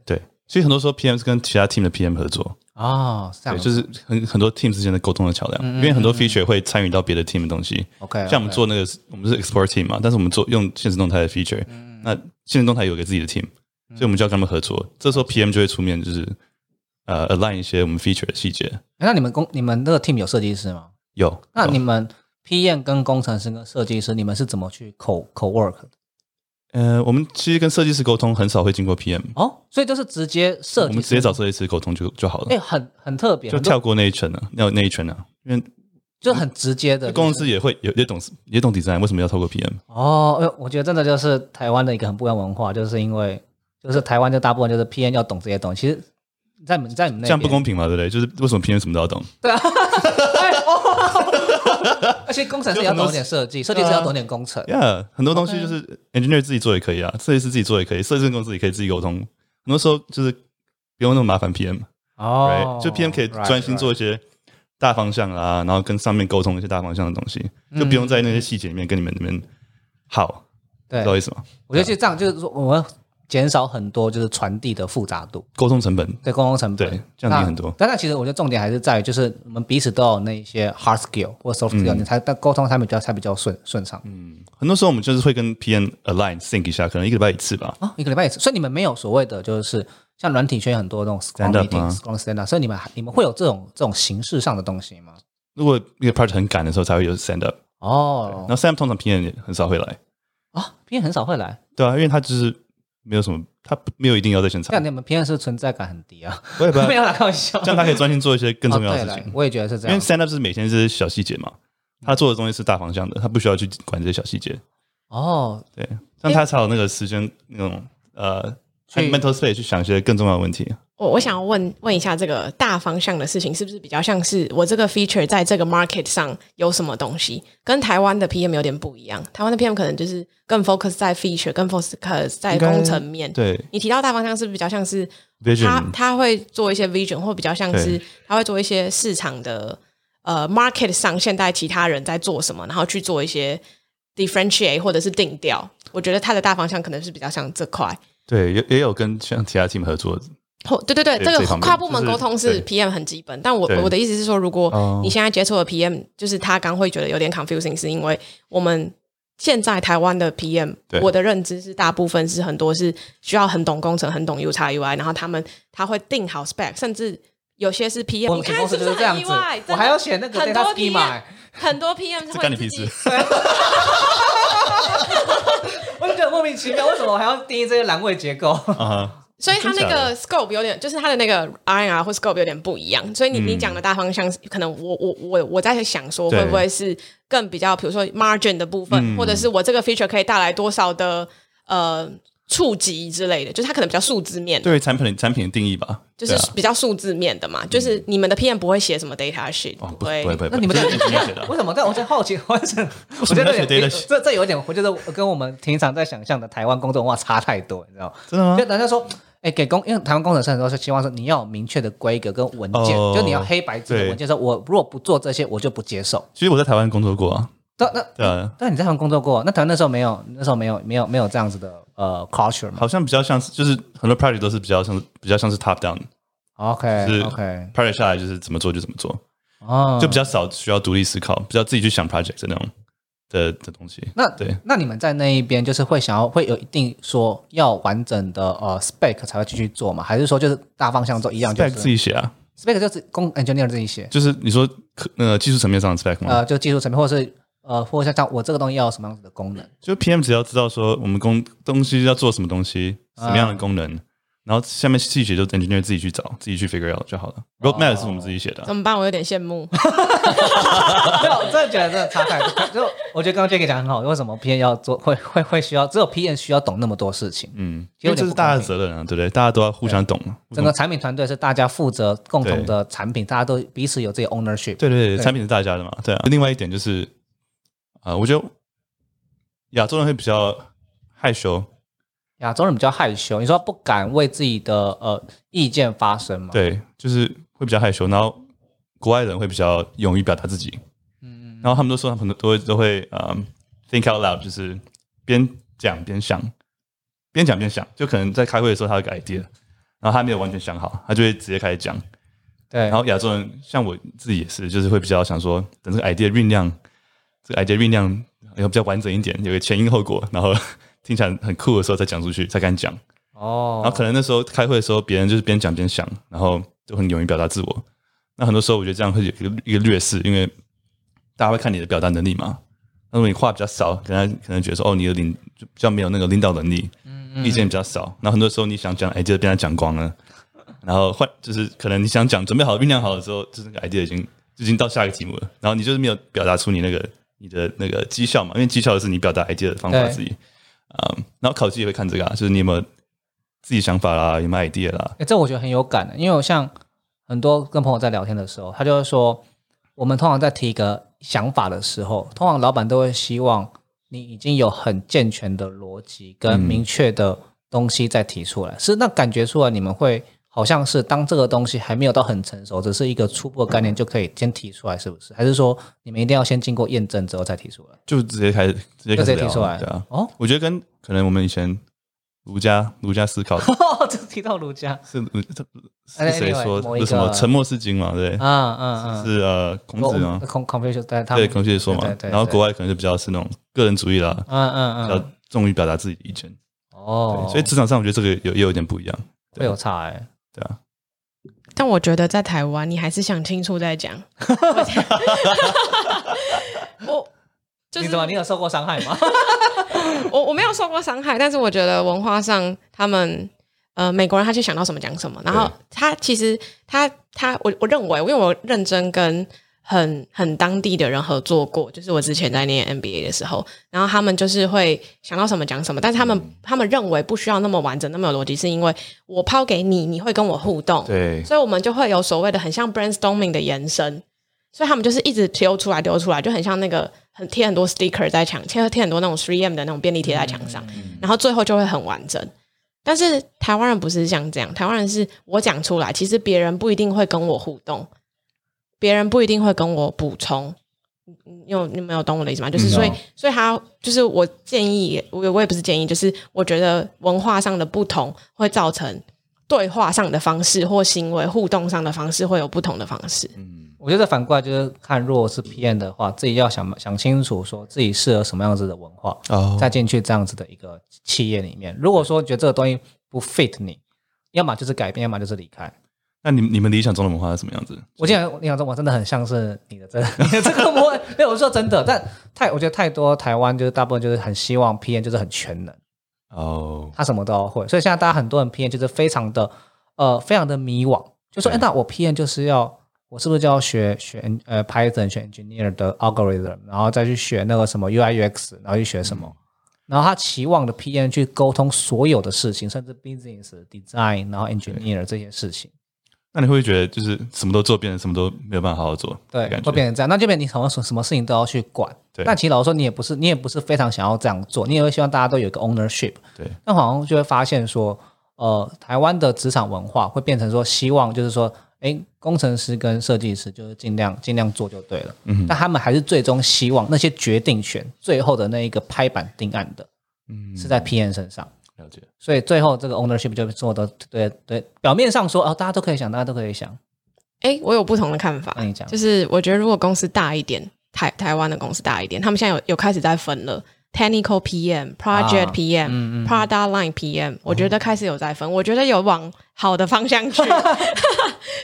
对，所以很多时候 PM 是跟其他 team 的 PM 合作，哦，是这对，样，嗯就是很很多 team 之间的沟通的桥梁，因为很多 feature 会参与到别的 team 的东西。 OK，像我们做那个，我们是 explore team 嘛，但是我们做用现实动态的 feature，、那嗯现实动态有给自己的 team，所以我们就要跟他们合作。这时候 PM 就会出面，就是呃 align 一些我们 feature 的细节。那你们工你们那个 team 有设计师吗？有，那有你们 PM 跟工程师跟设计师，你们是怎么去 co co work 的？呃，我们其实跟设计师沟通很少会经过 PM，哦，所以就是直接设计师，我们直接找设计师沟通就就好哎、了，很很特别，就很多跳过那一层了，那那一圈了，因为就很直接的工程师也会也也懂也懂 design，为什么要透过 PM？哦，哎呦我觉得真的就是台湾的一个很不一样文化，就是因为就是台湾就大部分就是 PM 要懂这些东西，其实在你们在你们那这样不边啊哎公平嘛，对不对？就是为什么 PM 什么都要懂？ *laughs* 哦而且工程师也要懂一点设计，设计师要懂点工程。 Yeah，很多东西就是 engineer 自己做也可以啊，设计师自己做也可以，设计师跟公司也可以自己沟通。很多时候就是不用那么麻烦 PM，、哦 right？就 PM 可以专心做一些大方向啦，然后跟上面沟通一些大方向的东西，嗯就不用在那些细节里面跟你们那边耗，对知，道意思吗？我觉得就这样，就是说我们减少很多就是传递的复杂度，沟通成本，对沟通成本，对，这样子很多。但那其实我觉得重点还是在于，就是我们彼此都有那一些 hard skill 或 soft 嗯 skill，、你才但沟通才比较才比较顺顺畅。很多时候我们就是会跟 PM align sync 一下，可能一个礼拜一次吧。哦，一个礼拜一次，所以你们没有所谓的就是像软体圈很多那种 scrum Stand up 吗 meeting、scrum stand up，所以你们还你们会有这种这种形式上的东西吗？如果一个 project 很赶的时候才会有 stand up，哦然，后 stand up 通常 PM 也很少会来，哦啊，P N 很少会来，对啊，因为他就是没有什么，他没有一定要在现场啊像。你们 P N 是存在感很低啊，我也不知 *laughs* 道没有啦，开玩笑，这样他可以专心做一些更重要的哦事对了情。我也觉得是这因为样。 stand up 是每天是小细节嘛，他做的东西是大方向的，他不需要去管这些小细节。哦，对，这样他才有那个时间那种呃去 mental space 去想一些更重要的问题。我我想要问问一下，这个大方向的事情是不是比较像是我这个 feature 在这个 market 上有什么东西，跟台湾的 PM 有点不一样？台湾的 PM 可能就是更 focus 在 feature，更 focus 在应该工程面。对你提到大方向是不是比较像是他 vision 他会做一些 vision，或比较像是对他会做一些市场的呃 market 上现在其他人在做什么，然后去做一些 differentiate 或者是定调。我觉得他的大方向可能是比较像这块。对，也也有跟像其他 team 合作，哦，对对对，对这这个方面跨部门就是沟通是对 PM 很基本，但我对我的意思是说，如果哦你现在接触的 PM，就是他刚会觉得有点 confusing，是因为我们现在台湾的 PM，对我的认知是大部分是很多是需要很懂工程、很懂 U x UI，然后他们他会定好 spec，甚至有些是 PM，我你们看公司是不就是这样很子意我外？，真的还要写那个很 data 多 schema， PM，欸很多 PM 这会干你自屁己事？我就觉得莫名其妙，为什么我还要定义这些栏位结构？ *laughs* 啊？所以它真那假个的 scope 有点，就是它的那个 INR 或 scope 有点不一样。所以你、你讲的大方向，可能我我我我在想说，嗯对会不会是更比较，比如说 margin 的部分，嗯或者是我这个 feature 可以带来多少的呃触及之类的，就是它可能比较数字面，对于产品产品的定义吧，就是对啊嗯比较数字面的嘛。就是你们的 PM 不会写什么 data sheet，、哦，不不会不会，那你们这在是 engineer 写的为什么？ *laughs* 但我在好奇，我是我觉么要得写有点 data sheet？这这有点，我觉得跟我们平常在想象的台湾工作文化差太多，你知道吗？真的吗就？人家说，哎，给工，因为台湾工程师很多是希望说你要有明确的规格跟文件，哦就你要黑白字的文件。说，我如果不做这些，我就不接受。其实我在台湾工作过啊，那那对啊，那你在台湾工作过？那台湾那时候没有，那时候没有没有没有这样子的呃 culture 嘛好像比较像是就是很多 project 都是比较像比较像是 top down ？OK 是哎 OK， project 下来就是怎么做就怎么做，哦，就比较少需要独立思考，比较自己去想 project 的那种的的东西。那对那你们在那一边就是会想要会有一定说要完整的呃 spec 才会继续做吗？还是说就是大方向都一样？就 spec 是自己写啊， spec 就是工 engineer 自己写，就是你说可呃技术层面上的 spec 吗？呃，就技术层面，或者是呃，或者像我这个东西要有什么样子的功 *laughs* 能？就 PM 只要知道说我们工东西要做什么东西，啊什么样的功能，然后下面细节就 engineer 自己去找，自己去 figure out 就好了。roadmap 哦是我们自己写的啊、怎么办？我有点羡 *laughs* 慕。没有，我真的觉得真的差太多。就我觉得刚刚 Jack 讲得很好，为什么 PM 要做 *laughs* 会会会需要只有 PM 需要懂那么多事情？嗯，其实因有为点这不公是平大家的责任啊，对不对？大家都要互相懂。整个产品团队是大家负责共同的产品，大家都彼此有自己的 ownership。对对对，对产品是大家的嘛，对啊。另外一点就是，啊、我觉得亚洲人会比较害羞，亚洲人比较害羞，你说不敢为自己的呃意见发声吗？，对，就是会比较害羞，然后国外人会比较勇于表达自己，嗯，然后他们都说他们都会都会呃、think out loud，就是边讲边想，边讲边想，就可能在开会的时候他有个 idea，然后他没有完全想好，他就会直接开始讲，对然后亚洲人像我自己也是，就是会比较想说，等这个 idea 酝酿，这个 idea 酝酿要比较完整一点，有个前因后果，然后 *laughs* 听起来很酷的时候再讲出去，才敢讲。哦，然后可能那时候开会的时候，别人就是边讲边想，然后就很勇于表达自我。那很多时候我觉得这样会有一个一个劣势，因为大家会看你的表达能力嘛。那如果你话比较少，可能可能觉得说哦，你的领就比较没有那个领导能力，嗯意见比较少。然后很多时候你想讲 idea 被他讲光了，然后换就是可能你想讲准备好酝酿好了之后，就是那个 idea 已经已经到下一个题目了，然后你就是没有表达出你那个你的那个绩效嘛，因为绩效是你表达 idea 的方法对之一。嗯，然后考试也会看这个、啊，就是你有没有自己想法啦，有没有 idea 啦，欸，这我觉得很有感的，因为我像很多跟朋友在聊天的时候，他就会说，我们通常在提一个想法的时候，通常老板都会希望你已经有很健全的逻辑跟嗯明确的东西再提出来，是那感觉出来你们会好像是当这个东西还没有到很成熟，只是一个初步的概念就可以先提出来，是不是？还是说你们一定要先经过验证之后再提出来？就直接开始直接就开直始接聊提啊出来，对啊。哦，我觉得跟可能我们以前儒家儒家思考哦 *laughs* 这提到儒家，是儒这哎是谁另外说某一那什么个沉默是金嘛，对，啊啊啊，是呃孔子吗？孔孔非就在他们对，孔雀说嘛对对，对然后对国外可能就比较是那种个人主义啦，嗯嗯比嗯较，重于表达自己的意见，对哦，所以职场上我觉得这个有也有一点不一样，会有差哎、对啊，但我觉得在台湾，你还是想清楚再讲。我觉得 *laughs* 我就你是怎么？你有受过伤害吗？ *laughs* *laughs* 我我没有受过伤害，但是我觉得文化上他们呃美国人他就想到什么讲什么，然后他其实他他我我认为，因为我认真跟很很当地的人合作过，就是我之前在念 MBA 的时候，然后他们就是会想到什么讲什么，但是他们、他们认为不需要那么完整，那么有逻辑，是因为我抛给你，你会跟我互动，对，所以我们就会有所谓的很像 brainstorming 的延伸，所以他们就是一直丢出来丢出来，就很像那个很贴很多 sticker 在墙，贴贴很多那种 3M 的那种便利贴在墙上，然后最后就会很完整。但是台湾人不是像这样，台湾人是我讲出来，其实别人不一定会跟我互动，别人不一定会跟我补充。你你有你没有懂我的意思吗？就是嗯所以，哦所以他就是我建议，我我也不是建议，就是我觉得文化上的不同会造成对话上的方式或行为互动上的方式会有不同的方式。嗯我觉得反过来就是看，如果是 PM 的话，自己要想想清楚，说自己适合什么样子的文化，哦，再进去这样子的一个企业里面。如果说觉得这个东西不 fit 你，要么就是改变，要么就是离开。那你你们理想中的文化是什么样子？我竟然你想中我真的很像是你的这你的这个 *laughs* 模，没有我说真的，但太我觉得太多台湾就是大部分就是很希望 PM 就是很全能。哦，他什么都会。所以现在大家很多人 PM 就是非常的呃非常的迷惘，就说对哎，那我 PM 就是要我是不是就要学学 en- 呃 Python 学 engineer 的 algorithm，然后再去学那个什么 UI UX，然后去学什嗯么？然后他期望的 PM 去沟通所有的事情，甚至 business design，然后 engineer 这些事情，那你会不会觉得就是什么都做，变成什么都没有办法好好做的对感，觉，会变成这样。那这边你好像什什么事情都要去管，对但其实老实说，你也不是你也不是非常想要这样做，你也会希望大家都有一个 ownership。对，但好像就会发现说，呃，台湾的职场文化会变成说，希望就是说，哎，工程师跟设计师就是尽量尽量做就对了。嗯，但他们还是最终希望那些决定权最后的那一个拍板定案的，嗯，是在 PM 身上。了解，所以最后这个 ownership 就做的对对，表面上说哦，大家都可以想，大家都可以想，诶，我有不同的看法那，你 *laughs* 讲就是我觉得如果公司大一点，台台湾的公司大一点，他们现在有有开始在分了。Technical PM、Project 啊 PM、Product Line PM，我觉得开始有在哦分，我觉得有往好的 *laughs* 方向去，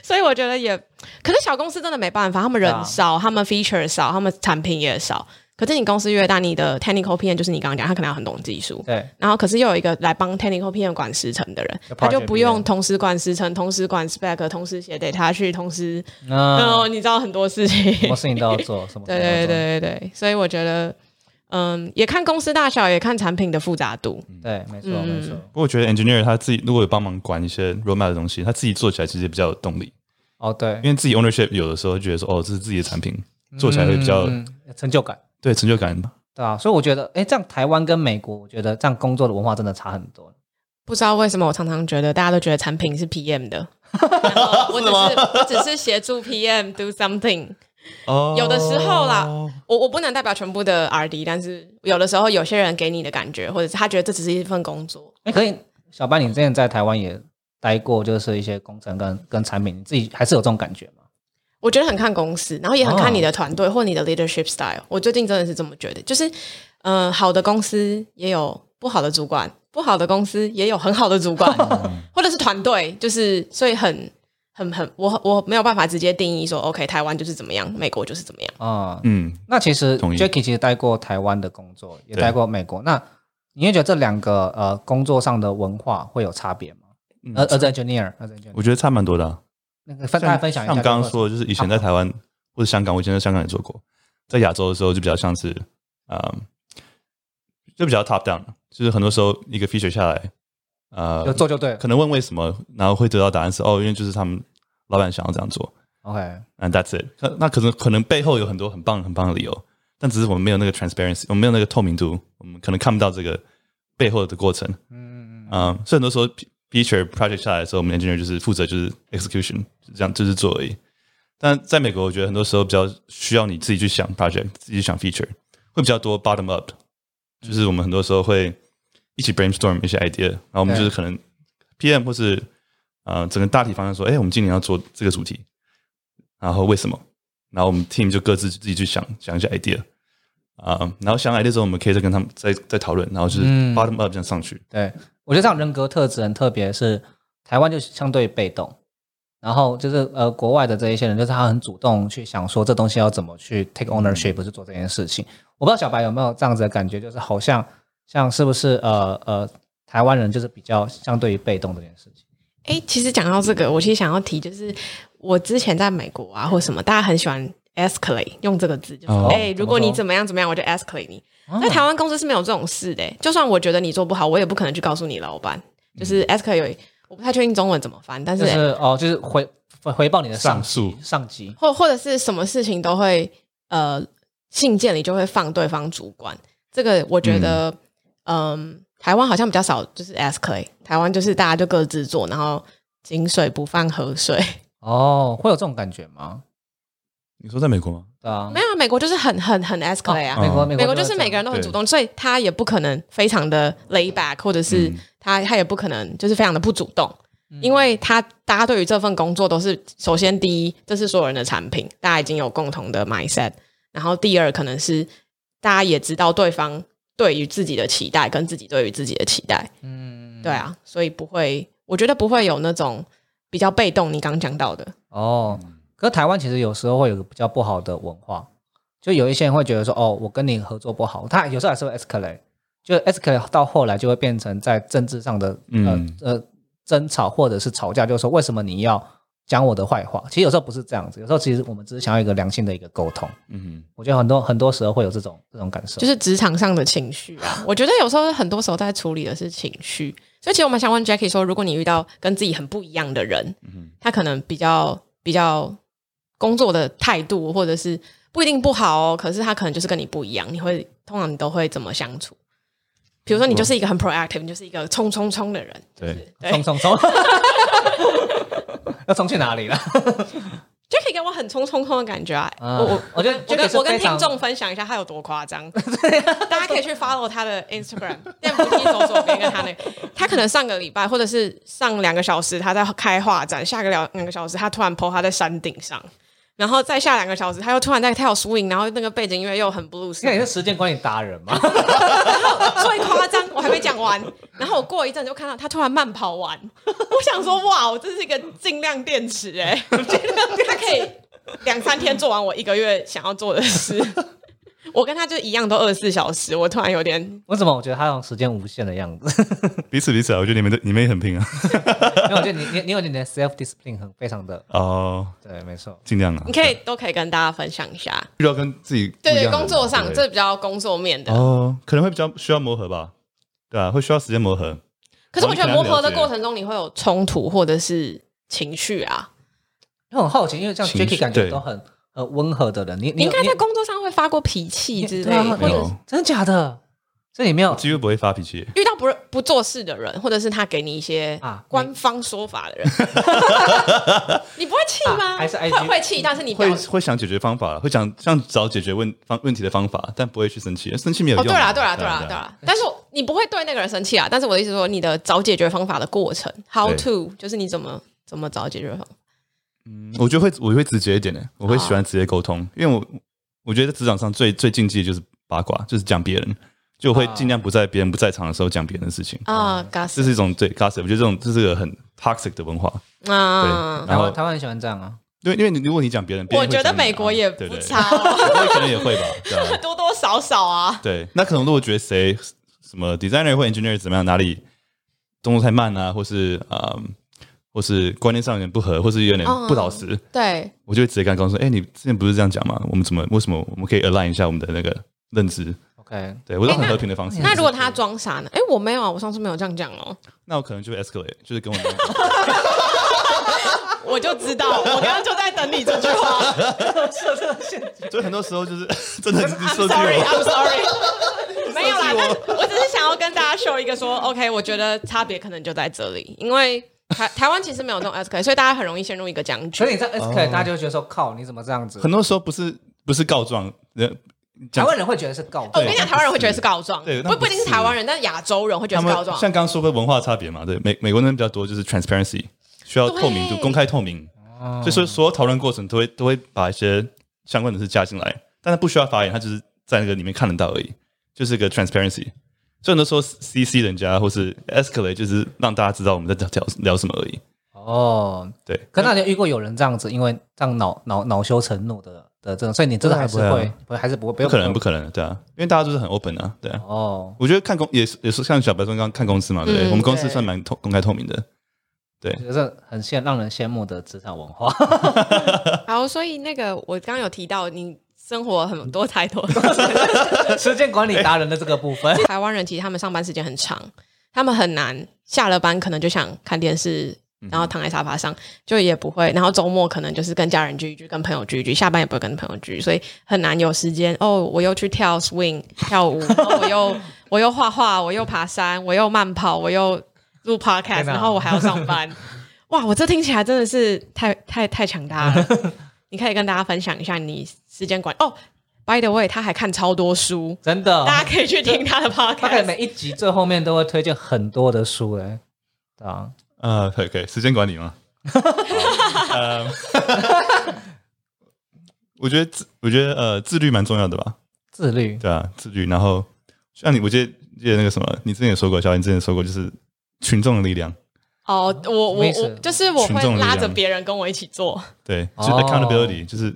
所以我觉得也，可是小公司真的没办法，他们人啊少，他们 feature 少，他们产品也少。可是你公司越大，你的 Technical PM 就是你刚刚讲，他可能要很懂技术，对，然后可是又有一个来帮 technical PM 管时程的人，就 project 他就不用 PM 同时管时程、同时管 spec、同时写 data 去、同时，那 *laughs* 哦，你知道很多事情。嗯什么事情都要做，什么事 *laughs* 对情都要做对对对对，所以我觉得，嗯，也看公司大小，也看产品的复杂度。对，没错没错。嗯不过我觉得 engineer 他自己如果有帮忙管一些 roadmap 的东西，他自己做起来其实比较有动力，哦，对因，为自己 ownership 有的时候觉得说哦，这是自己的产品，做起来会比较、嗯嗯成就感。对成就感。对啊，所以我觉得，哎，这样台湾跟美国，我觉得这样工作的文化真的差很多。不知道为什么，我常常觉得大家都觉得产品是 *laughs* PM 的，然后我只是我只是协助 PM do something。哦有的时候啦，我我不能代表全部的 RD，但是有的时候有些人给你的感觉，或者是他觉得这只是一份工作，哎，可以，小班，你之前在台湾也待过，就是一些工程跟跟产品，你自己还是有这种感觉吗？我觉得很看公司，然后也很看哦你的团队或你的 leadership style。我最近真的是这么觉得，就是呃，好的公司也有不好的主管，不好的公司也有很好的主管， *laughs* 或者是团队，就是所以很很很，我我没有办法直接定义说，OK，台湾就是怎么样，美国就是怎么样。啊、嗯，那其实同意 Jackie 其实待过台湾的工作，也对待过美国。那你会觉得这两个呃工作上的文化会有差别吗？嗯呃、as engineer，as 我 engineer，觉得差蛮多的啊、那个分大家分享一下。像像刚刚说，的，就是以前在台湾或者香港，我以前在香港也做过，在亚洲的时候就比较像是，嗯，就比较 top down，就是很多时候一个 feature 下来，呃有，做就对了可能问为什么，然后会得到答案是哦，因为就是他们老板想要这样做，OK，嗯，and that's it 可。那可能可能背后有很多很棒很棒的理由，但只是我们没有那个 transparency，我们没有那个透明度，我们可能看不到这个背后的过程。嗯嗯嗯，嗯，所以很多时候 feature project 下来的时候，我们 engineer 就是负责就是 execution，就这样就是做而已。但在美国，我觉得很多时候比较需要你自己去想 project，自己去想 feature，会比较多 bottom up，就是我们很多时候会一起 brainstorm 一些 idea，然后我们对就是可能 PM 或是呃整个大体方向说，哎、我们今年要做这个主题，然后为什么？然后我们 team 就各自自己去想想一些 idea，啊、然后想 idea 之后，我们可以再跟他们再再讨论，然后就是嗯 bottom up 这样上去。对，我觉得这样人格特质很特别，是台湾就相对被动，然后就是呃国外的这一些人，就是他很主动去想说这东西要怎么去 take 嗯 ownership，不是做这件事情。我不知道小白有没有这样子的感觉，就是好像像是不是呃呃台湾人就是比较相对于被动这件事情。诶，其实讲到这个，我其实想要提，就是我之前在美国啊，或什么，大家很喜欢 escalate 用这个字，就是哦诶，怎么如果你说怎么样怎么样，我就 escalate 你。那在台湾公司是没有这种事的欸、就算我觉得你做不好，我也不可能去告诉你老板。就是 escalate 有，我不太确定中文怎么翻，但嗯是、就是哦，就是回回回报你的上上级诉上级，或或者是什么事情都会呃信件里就会放对方主管，这个我觉得嗯、台湾好像比较少，就是 escalate，台湾就是大家就各自做，然后井水不犯河水。哦，会有这种感觉吗？你说在美国吗？对啊，哦没有，美国就是很很很 escalate 啊。美国嗯美国美国就是这样每个人都很主动，所以他也不可能非常的 lay back，或者是嗯他、他也不可能就是非常的不主动，嗯因为他大家对于这份工作都是首先第一，这是所有人的产品，大家已经有共同的 mindset，然后第二可能是大家也知道对方对于自己的期待跟自己对于自己的期待，嗯对啊，所以不会，我觉得不会有那种比较被动，你刚讲到的，哦，可是台湾其实有时候会有个比较不好的文化，就有一些人会觉得说，哦，我跟你合作不好，他有时候还是会 escalate，就 escalate 到后来就会变成在政治上的呃嗯呃争吵或者是吵架，就是说为什么你要讲我的坏话？其实有时候不是这样子，有时候其实我们只是想要一个良性的一个沟通。嗯我觉得很多很多时候会有这种这种感受，就是职场上的情绪啊。我觉得有时候很多时候在处理的是情绪，所以其实我们想问 Jackie 说，如果你遇到跟自己很不一样的人，嗯他可能比较比较工作的态度，或者是不一定不好哦，可是他可能就是跟你不一样，你会通常你都会怎么相处？比如说，你就是一个很 proactive，你就是一个冲冲冲的人。对，对冲冲冲，哎 *laughs* 要冲去哪 *laughs* 里了？ Jackie 给我很冲冲冲的感觉啊！啊我我我觉得我 Jackie 跟是我跟非常啊听众分享一下他有多 *laughs* 夸张，大家可以去 follow 他的 Instagram，电 *laughs* 扶梯走左边 *laughs* 跟他那个，他可能上个礼拜或者是上两个小时他在开画展，下个两两个小时他突然 PO 他在山顶上，然后再下两个小时他又突然在跳输赢，然后那个背景音乐又很 blues，现在你是时间管理达人吗？最夸张，我还没讲完。然后我过一阵就看到他突然慢跑完， *laughs* 我想说哇，我这是一个尽量电池哎、 *laughs* 他可以两三天做完我一个月想要做的事。 *laughs* 我跟他就一样，都二十四小时。我突然有点， *laughs* 为什么我觉得他好像时间无限的样子？彼此彼此啊，我觉得你们都你们也很拼啊。因为我觉得你你你有你的 self discipline 很非常的哦，对，没错。*laughs* 尽量啊你，可以都可以跟大家分享一下。遇到跟自己不对一样的对，人工作上对这比较工作面的。哦，可能会比较需要磨合吧，对啊，会需要时间磨合。可是我觉哦得磨合的完全了解过程中，你会有冲突或者是情绪啊。因为我很好奇，因为像情绪 Jacky 感觉对都很很温和的人，你你你应该你在工作上会发过脾气你之对类啊，的，没或有者你真的假的？这里没有几乎不会发脾气。遇到不不做事的人，或者是他给你一些啊官方说法的人，你不会气吗？啊还是 IG 会会气，但是你表会哦，会想解决方法，会想想找解决问方问题的方法，但不会去生气，生气没有用。啊对啦，哦对啦，对啦，对啦。但是我你不会对那个人生气啊。但是我的意思是说，你的找解决方法的过程，how 对 to，就是你怎么怎么找解决方法。嗯我觉得会我会直接一点的，我会哦喜欢直接沟通，因为我我觉得在职场上最最禁忌的就是八卦，就是讲别人，就我会啊尽量不在别人不在场的时候讲别人的事情，啊，gas 这是一种对 gossip，我觉得这种这是个很 toxic 的文化。对啊，，然台湾后台湾很喜欢这样啊，因为因为你如果你讲别人，别我人会觉得讲你美国啊也对不对差，哦美国可能也会吧， *laughs* 对啊。 *laughs* 多多少少啊。对，那可能如果觉得谁什么 designer 或 engineer 怎么样，哪里动作太慢啊，或是啊、嗯或是观念上有点不合，或是有点嗯不老实，对，我就会直接跟他说：“哎、你之前不是这样讲吗？我们怎么为什么我们可以 align 一下我们的那个认知？” *laughs* OK，对我是哎很那和平的方式。那如果他装傻呢？哎，我没有啊，我上次没有这样讲哦。那我可能就会 escalate，就是跟我我就知道，我刚刚就在等你这句话。所以很多时候 *laughs* 就是 *laughs* 真的 *laughs* 是哦 I'm 说句 sorry, 我 I'm sorry。没 *laughs* 有啦，但我只是想要跟大家秀一个说，OK，我觉得差别可能就在这里，因为台台湾其实没有这种 SK，所以大家很容易陷入一个僵局所以。你在 SK，大家就会觉得说靠，你怎么这样子哦很？多时候不是不是告状，呃台讲湾人会觉得是告哦，我状对跟你讲，台湾人会觉得是告状，对不那不不一定是是台湾人，但亚洲人会觉他得是们告状。像刚刚说的文化差别嘛，对美美国人比较多就是 transparency，需要透明度，对公开透明，所以说所有讨论过程都会都会把一些相关的事加进来，但他不需要发言，他只是在那个里面看得到而已，就是一个 transparency。所以很多时候 CC 人家或是 escalate 就是让大家知道我们在聊聊什么而已。哦。对，可是那你有遇过有人这样子，因为这样恼恼恼羞成怒的的这种，所以你真的还是不会啊会，不会还是不会，不不可能，不不可能，对啊，因为大家都是很 open 啊，对啊。哦。我觉得看公也是也是像小白说刚刚看公司嘛，对不对？嗯我们公司对算蛮透公开透明的，我觉得这很羡让人羡慕的职场文化， *laughs* 好，所以那个我刚刚有提到，你生活很多彩 *laughs* 多姿，时间管理达人的这个部分。台湾人其实他们上班时间很长，他们很难下了班可能就想看电视，嗯然后躺在沙发上，就也不会。然后周末可能就是跟家人聚一聚，跟朋友聚一聚，下班也不会跟朋友聚，所以很难有时间。哦，我又去跳 swing 跳舞，然后 *laughs* 我又我又画画，我又爬山，我又慢跑，我又录 podcast，天哪然后我还要 *laughs* 上班。哇，我这听起来真的是太太太强 *laughs* 大了！你可以跟大家分享一下你时间管哦。By the way，他还看超多书，真的， *laughs* 大家可以去听他的 podcast。哦大概每一集最后面都会推荐很多的书哎、对啊，呃，可以可以，时间管理 *laughs* 吗？好呃，我觉得自我觉得呃自律蛮重要的吧，自律对啊，自律。然后像你，我记得记得那个什么，你之前也说过，小林之前也说过，就是群众的力量，哦，我什么我意思我就是我群会众力拉量着别人跟我一起做，对，就是哦 accountability，、就是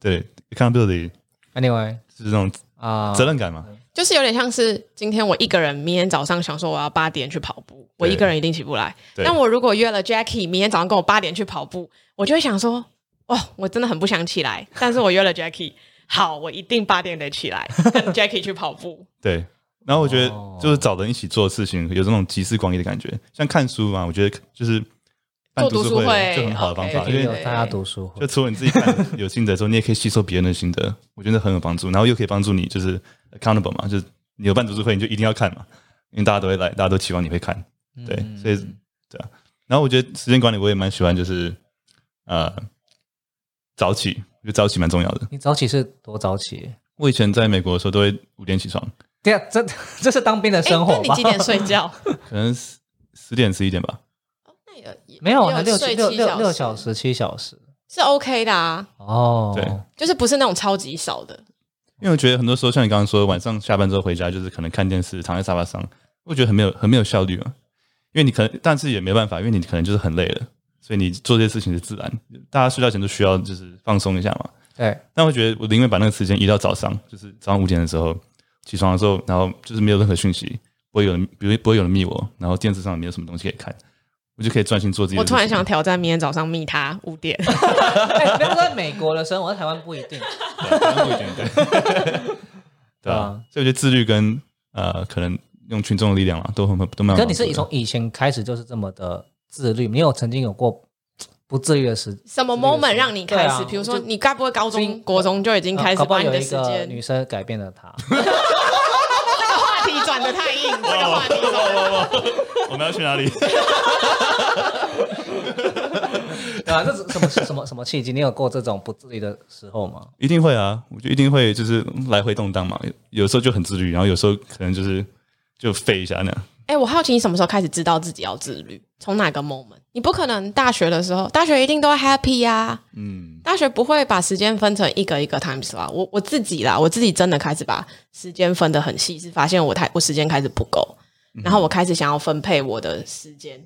对 accountability， ，anyway 就是这种啊、责任感嘛。就是有点像是今天我一个人，明天早上想说我要八点去跑步，我对一个人一定起不来。对但我如果约了 Jackie 明天早上跟我八点去跑步，我就会想说，哦，我真的很不想 *laughs* 起来，但是我约了 Jackie，好，我一定八点得起来跟 Jackie 去跑步。对，然后我觉得哦就是找人一起做事情，有这种集思广益的感觉。像看书嘛，我觉得就是办做读书书会就很好的方法， OK，因也为有大家读书会就除了你自己看有心得之后，你也可以吸收别人的心得，我觉得很有帮助。然后又可以帮助你，就是 accountable 嘛，就是你有办读书会，你就一定要看嘛，因为大家都会来，大家都期望你会看。对，嗯所以对啊。然后我觉得时间管理我也蛮喜欢，就是呃早起，我觉得早起蛮重要的。你早起是多早起？我以前在美国的时候都会五点起床，对啊，这这是当兵的哎生那活你吧？几点睡觉？可能十十点十一点吧。那也也 *laughs* 没有啊，也六睡六七六六小时七小时是 OK 的啊，哦。对就是不是那种超级少的。因为我觉得很多时候，像你刚刚说，晚上下班之后回家，就是可能看电视，躺在沙发上，我觉得很没有很没有效率啊。因为你可能，但是也没办法，因为你可能就是很累了，所以你做这些事情是自然。大家睡觉前都需要就是放松一下嘛。对，但我觉得我宁愿把那个时间移到早上，就是早上五点的时候起床的时候，然后就是没有任何讯息，不会有人，不会不会有人密我，然后电视上也没有什么东西可以看，我就可以专心做自己的我事情。突然想挑战明天早上密他五 *laughs* 点。哎，不要说在美国的生活，在台湾不一 *laughs* 定。对可能不一定对对啊啊，所以我觉得自律跟呃，可能用群众的力量嘛，都很都蛮有帮助可的。你是从以前开始就是这么的自律，你有曾经有过不自律的时？什么 moment 让你开对始？啊比如我说，就你该不会高最近中、国中就已经开呃搞始不把好你有的一时个间女生改变了他。话题转过这个话题。 *laughs* 哦我们要去哪里？ *laughs* *laughs* 对啊，这是什么什么什么契机？你有过这种不自律的时候吗？一定会啊，我就一定会就是来回动荡嘛。有时候就很自律，然后有时候可能就是就废一下那样。哎、我好奇你什么时候开始知道自己要自律？从哪个 moment？你不可能大学的时候，大学一定都 happy 呀、嗯，大学不会把时间分成一个一个 time slot。我我自己啦，我自己真的开始把时间分得很细，是发现我太我时间开始不够，嗯然后我开始想要分配我的时间。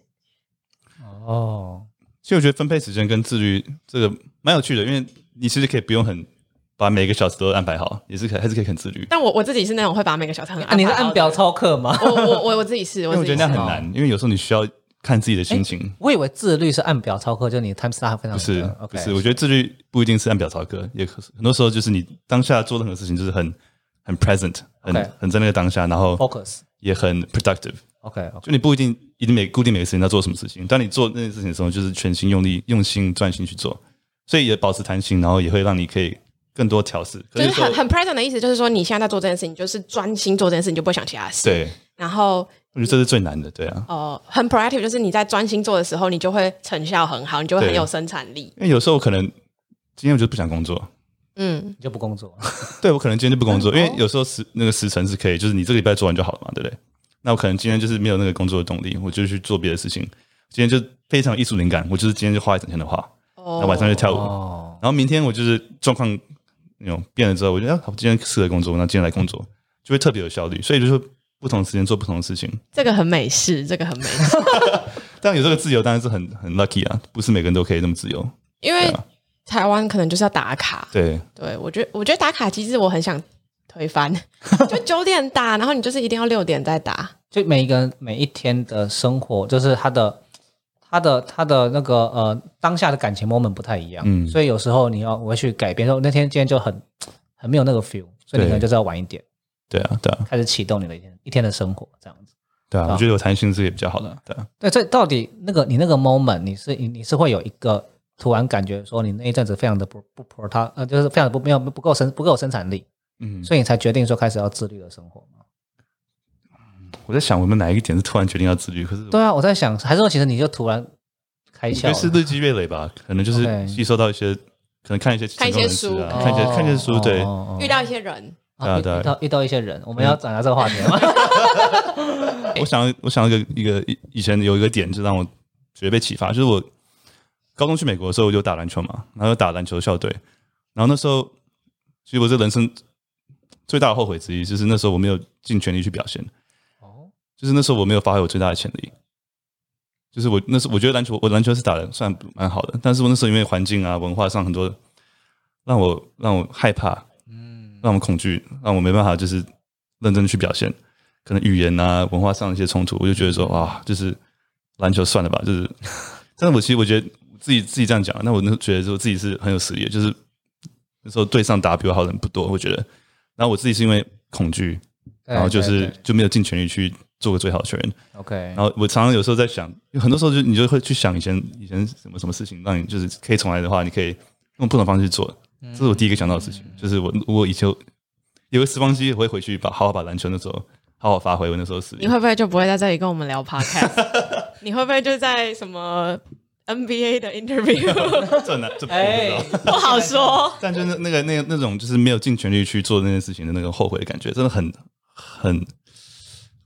哦，其实我觉得分配时间跟自律这个蛮有趣的，因为你其实可以不用很把每个小时都安排好，也是可还是可以很自律。但我我自己是那种会把每个小时很啊，你是按表抽？操课吗？ *laughs* 我我我我自己是，因我为自我己觉得是那样很难，因为有时候你需要看自己的哎心情。 *laughs* 我以为自律是按表操课，就你 time star 非常不是，OK，不是，我觉得自律不一定是按表操课，也可很多时候就是你当下做任何事情就是很很 present，很 OK 哦很在那个当下，然后 focus。也很 productive。 OK，, o k 就你不一定一定每固定每个时间要做什么事情，当你做那件事情的时候，就是全心用力、用心、专心去做，所以也保持弹性，然后也会让你可以更多调试。可就是是说 *laughs* 很很 present 的意思，就是说你现在在做这件事情，你就是专心做这件事，你就不会想其他事。，对，然后我觉得这是最难的，对啊，呃，很 proactive，就是你在专心做的时候，你就会成效很好，你就会很对有生产力。因为有时候我可能今天我就不想工作，嗯，你就不工作，对我可能今天就不工作，因为有时候时那个时辰是可以，就是你这个礼拜做完就好了嘛，对不对？那我可能今天就是没有那个工作的动力，我就去做别的事情。今天就非常有艺术灵感，我就是今天就画一整天的画，哦那晚上就跳舞，哦，然后明天我就是状况那种变了之后，我觉得啊，我今天适合工作，那今天来工作就会特别有效率。所以就是不同时间做不同的事情，这个很美式，这个很美式，但有这个自由当然是很很 lucky 啊，不是每个人都可以那么自由。 *laughs* 因为对啊台湾可能就是要打卡。对，对我觉得，我觉得打卡机制我很想推翻， *laughs* 就九点打，然后你就是一定要六点再打。就每一个人每一天的生活，就是他的他的他的那个呃当下的感情 moment 不太一样，嗯所以有时候你要我会去改变，说那天今天就很很没有那个 feel，所以你可能就是要晚一点对啊，对啊，开始启动你的一天一天的生活这样子。对啊，好我觉得有弹性是也比较好的啊，对啊。对，所以到底那个你那个 moment，你是你你是会有一个突然感觉说你那一阵子非常的不不 pro 他呃就是非常的不没有不够生不够生产力，嗯，所以你才决定说开始要自律的生活吗？我在想我们哪一个点是突然决定要自律，可是对啊，我在想，还是说其实你就突然开我窍觉了得是日积月累吧，可能就是 OK 吸收到一些，可能看一些看一些成功人士啊书看一些哦看一些书，对，哦哦哦遇到一些人，啊，遇对啊对啊遇到遇到一些人，我们要转到这个话题了吗？ *laughs* 我想，我想一个一个以以前有一个点，就让我觉得被启发，就是我高中去美国的时候，我就打篮球嘛，然后打篮球校队，然后那时候其实我是人生最大的后悔之一，就是那时候我没有尽全力去表现，哦，就是那时候我没有发挥我最大的潜力。就是我那时候我觉得篮球，我篮球是打的算蛮好的，但是我那时候因为环境啊、文化上很多让我让我害怕，嗯，让我恐惧，让我没办法就是认真地去表现，可能语言啊、文化上的一些冲突，我就觉得说啊，就是篮球算了吧，就是。 *laughs* 但是我其实我觉得自己自己这样讲，那我那时候觉得说自己是很有实力的，就是那时候对上打比我好的人不多，我觉得。然后我自己是因为恐惧，对然后就对是对就没有尽全力去做个最好的球员。 OK，然后我常常有时候在想，有很多时候就你就会去想以前以前什么什么事情，让你就是可以重来的话，你可以用不同的方式去做。嗯这是我第一个想到的事情，就是我我以前有有个时光机，我会回去把好好把篮球那时候好好发挥我那时候实力你。会不会就不会在这里跟我们聊 podcast？你 *laughs* 会不会就在什么 NBA 的 interview *laughs* *laughs* 这很难，这不哎知道。不好 *laughs* 说？但就是那个那个那种就是没有尽全力去做那件事情的那个后悔的感觉，真的很很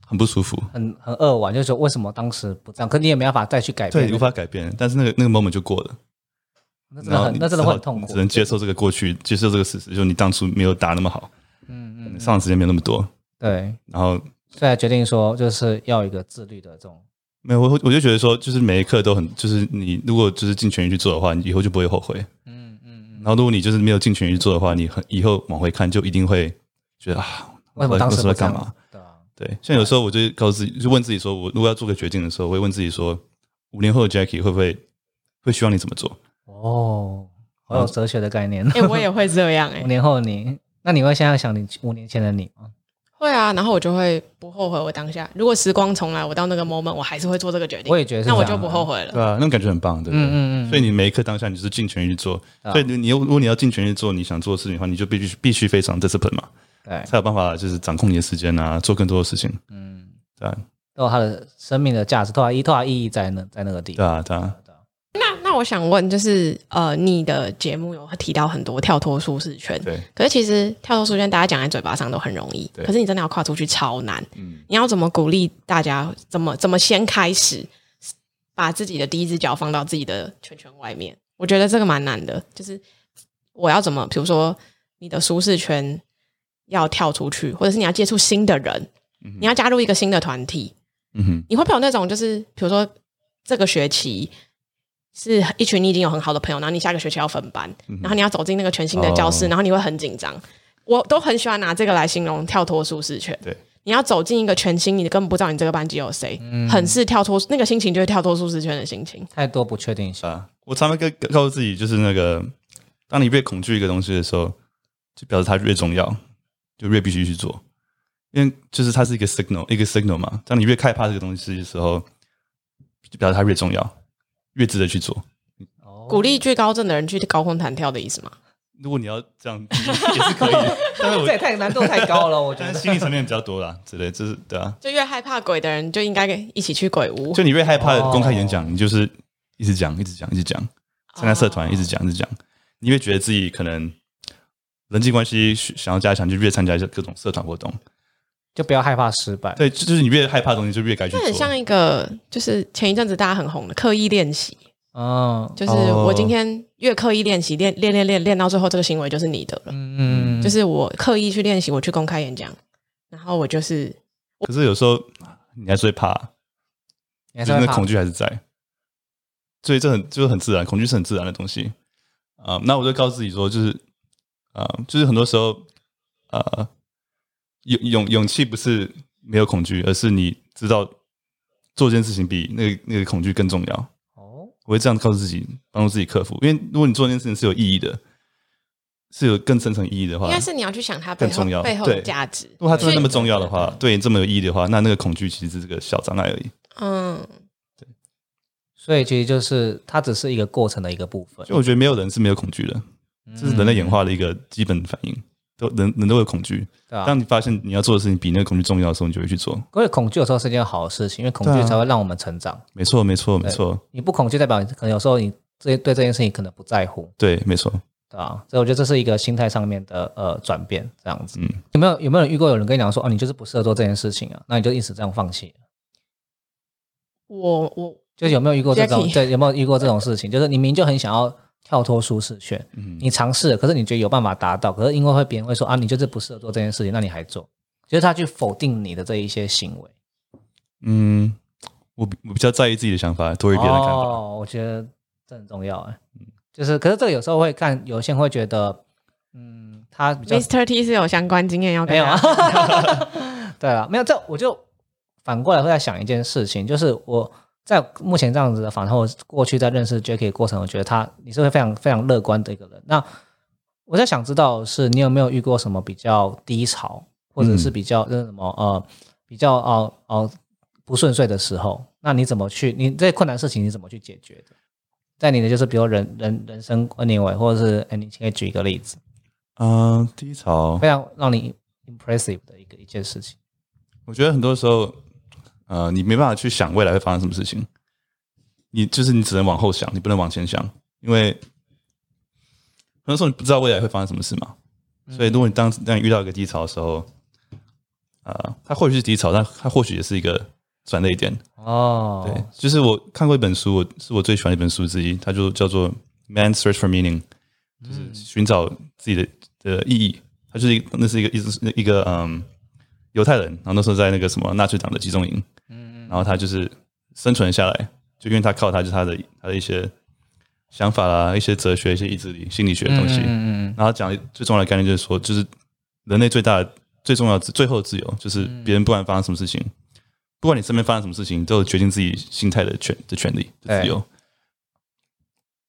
很不舒服。很很扼腕，就是说为什么当时不这样？可你也没办法再去改变，对，无法改变，但是那个那个 moment 就过了。那真然的后很你那真的只会好很痛苦只。能接受这个过去，接受这个事实，就是你当初没有打那么好，嗯嗯，上的时间没有那么多，对，然后所以才决定说就是要有一个自律的这种。没有我我就觉得说，就是每一刻都很，就是你如果就是尽全力去做的话，你以后就不会后悔，嗯嗯，然后如果你就是没有尽全力去做的话，你很以后往回看就一定会觉得啊，为什么当时我不在这干样嘛？？对啊，对，像有时候我就告诉自己，就问自己说，我如果要做个决定的时候，我会问自己说，五年后的 Jackie 会不会会希望你怎么做？哦，好有哲学的概念。哎、我也会这样哎、 *laughs* 五年后的你，那你会现在想你五年前的你吗？会啊，然后我就会不后悔我当下。如果时光重来，我到那个 moment，我还是会做这个决定。我也觉得是那我这就样不啊后悔对了。啊，那种感觉很棒，对不对？嗯嗯嗯所以你每一刻当下你就是尽全力去做，啊所以你你如果你要尽全力做你想做的事情的话，你就必须必须非常 discipline 嘛，对，才有办法就是掌控你的时间啊，做更多的事情。嗯，对啊，都有它的生命的价值，都有它意，都有它意义在那，在那个地对方。啊，对啊。那那我想问，就是呃，你的节目有提到很多跳脱舒适圈，对，可是其实跳脱舒适圈，大家讲在嘴巴上都很容易，对可是你真的要跨出去超难。嗯，你要怎么鼓励大家？怎么怎么先开始，把自己的第一只脚放到自己的圈圈外面？我觉得这个蛮难的，就是我要怎么，比如说你的舒适圈要跳出去，或者是你要接触新的人，你要加入一个新的团体，嗯哼，你会不会有那种就是，比如说这个学期是一群你已经有很好的朋友，然后你下个学期要分班，然后你要走进那个全新的教室，嗯哦然后你会很紧张。我都很喜欢拿这个来形容跳脱舒适圈。对，你要走进一个全新，你根本不知道你这个班级有谁，嗯很是跳脱那个心情，就是跳脱舒适圈的心情。太多不确定性，啊，我常常跟告诉自己，就是那个，当你越恐惧一个东西的时候，就表示它越重要，就越必须去做，因为就是它是一个 signal，一个 signal 嘛。当你越害怕这个东西的时候，就表示它越重要，越值得去做。啊哦鼓励惧高症的人去高空弹跳的意思吗？如果你要这样也是可以的，但是 *laughs* 这也我太难度太高了，我觉得但 *laughs* 是。心理层面比较多啦，之类，就是对啊。就越害怕鬼的人，就应该一起去鬼屋。就你越害怕哦公开演讲，你就是一直讲，一直讲，一直讲，参加社啊团一直讲，一直讲，你越觉得自己可能人际关系需想要加强，就越参加一些各种社团活动。就不要害怕失败。对，就就是你越害怕的东西，就越该去这做。很像一个，就是前一阵子大家很红的刻意练习，嗯就是哦我今天越刻意练习，练练练练练到最后，这个行为就是你的了。嗯嗯，就是我刻意去练习，我去公开演讲，然后我就是可是有时候你还是会怕，你还是就是会那怕恐惧还是在。所以这很就是很自然，恐惧是很自然的东西。啊、那我就告诉自己说，就是啊、就是很多时候，呃，勇勇勇气不是没有恐惧，而是你知道做这件事情比那个那个恐惧更重要。哦，我会这样告诉自己，帮助自己克服。因为如果你做这件事情是有意义的，是有更深层意义的话，应该是你要去想它背更后重要背后的对价值。如果它真的那么重要的话，对你这么有意义的话，那那个恐惧其实是个小障碍而已。嗯，所以其实就是它只是一个过程的一个部分。嗯就我觉得没有人是没有恐惧的，这是人类演化的一个基本反应。都人人都有恐惧，对吧？当你发现你要做的事情比那个恐惧重要的时候，你就会去做。因为恐惧有时候是一件好的事情，因为恐对惧啊才会让我们成长。没错，没错，没错，你不恐惧，代表你可能有时候你这对这件事情可能不在乎，对，没错。对吧？所以我觉得这是一个心态上面的呃转变，这样子。嗯有没有有没有人遇过有人跟你讲说，哦，你就是不适合做这件事情啊，那你就一直这样放弃？我我就是有没有遇过这种 Jackie 对有没有遇过这种事情？就是你明明就很想要跳脱舒适圈，嗯你尝试了，可是你觉得有办法达到，可是因为会别人会说啊，你就是不适合做这件事情，那你还做，就是他去否定你的这一些行为。嗯，我比我比较在意自己的想法，多于别人的看法。哦，我觉得这很重要哎、就是可是这个有时候会看，有些人会觉得，嗯，他比较 Mr. T 是有相关经验要跟没有啊大家， *laughs* 对了，没有这我就反过来会在想一件事情，就是我在目前这样子的访谈，我过去在认识 Jacky 的过程，我觉得他你是会非常非常乐观的一个人。那我在想知道的是你有没有遇过什么比较低潮，或者是比较那什么呃比较哦哦、不顺遂的时候，那你怎么去你这困难事情你怎么去解决的？在你的就是比如人人人生 anyway，或者是哎，你可以举一个例子，嗯、低潮非，常让你 impressive 的一个一件事情。我觉得很多时候，呃，你没办法去想未来会发生什么事情，你就是你只能往后想，你不能往前想，因为很多时候你不知道未来会发生什么事嘛。所以，如果你当当你遇到一个低潮的时候，呃，它或许是低潮，但它或许也是一个转捩点。哦，对，就是我看过一本书，我是我最喜欢的一本书之一，它就叫做《Man's Search for Meaning》，就是寻找自己的的意义。它就是一个那是一个一直一个嗯犹太人，然后那时候在那个什么纳粹党的集中营，嗯，然后他就是生存下来，就因为他靠他就是他的他的一些想法啊啦、一些哲学、一些意志力、心理学的东西，嗯嗯然后讲最重要的概念就是说，就是人类最大的、最重要的、最后的自由，就是别人不管发生什么事情，不管你身边发生什么事情，都有决定自己心态的权的权利、的自由。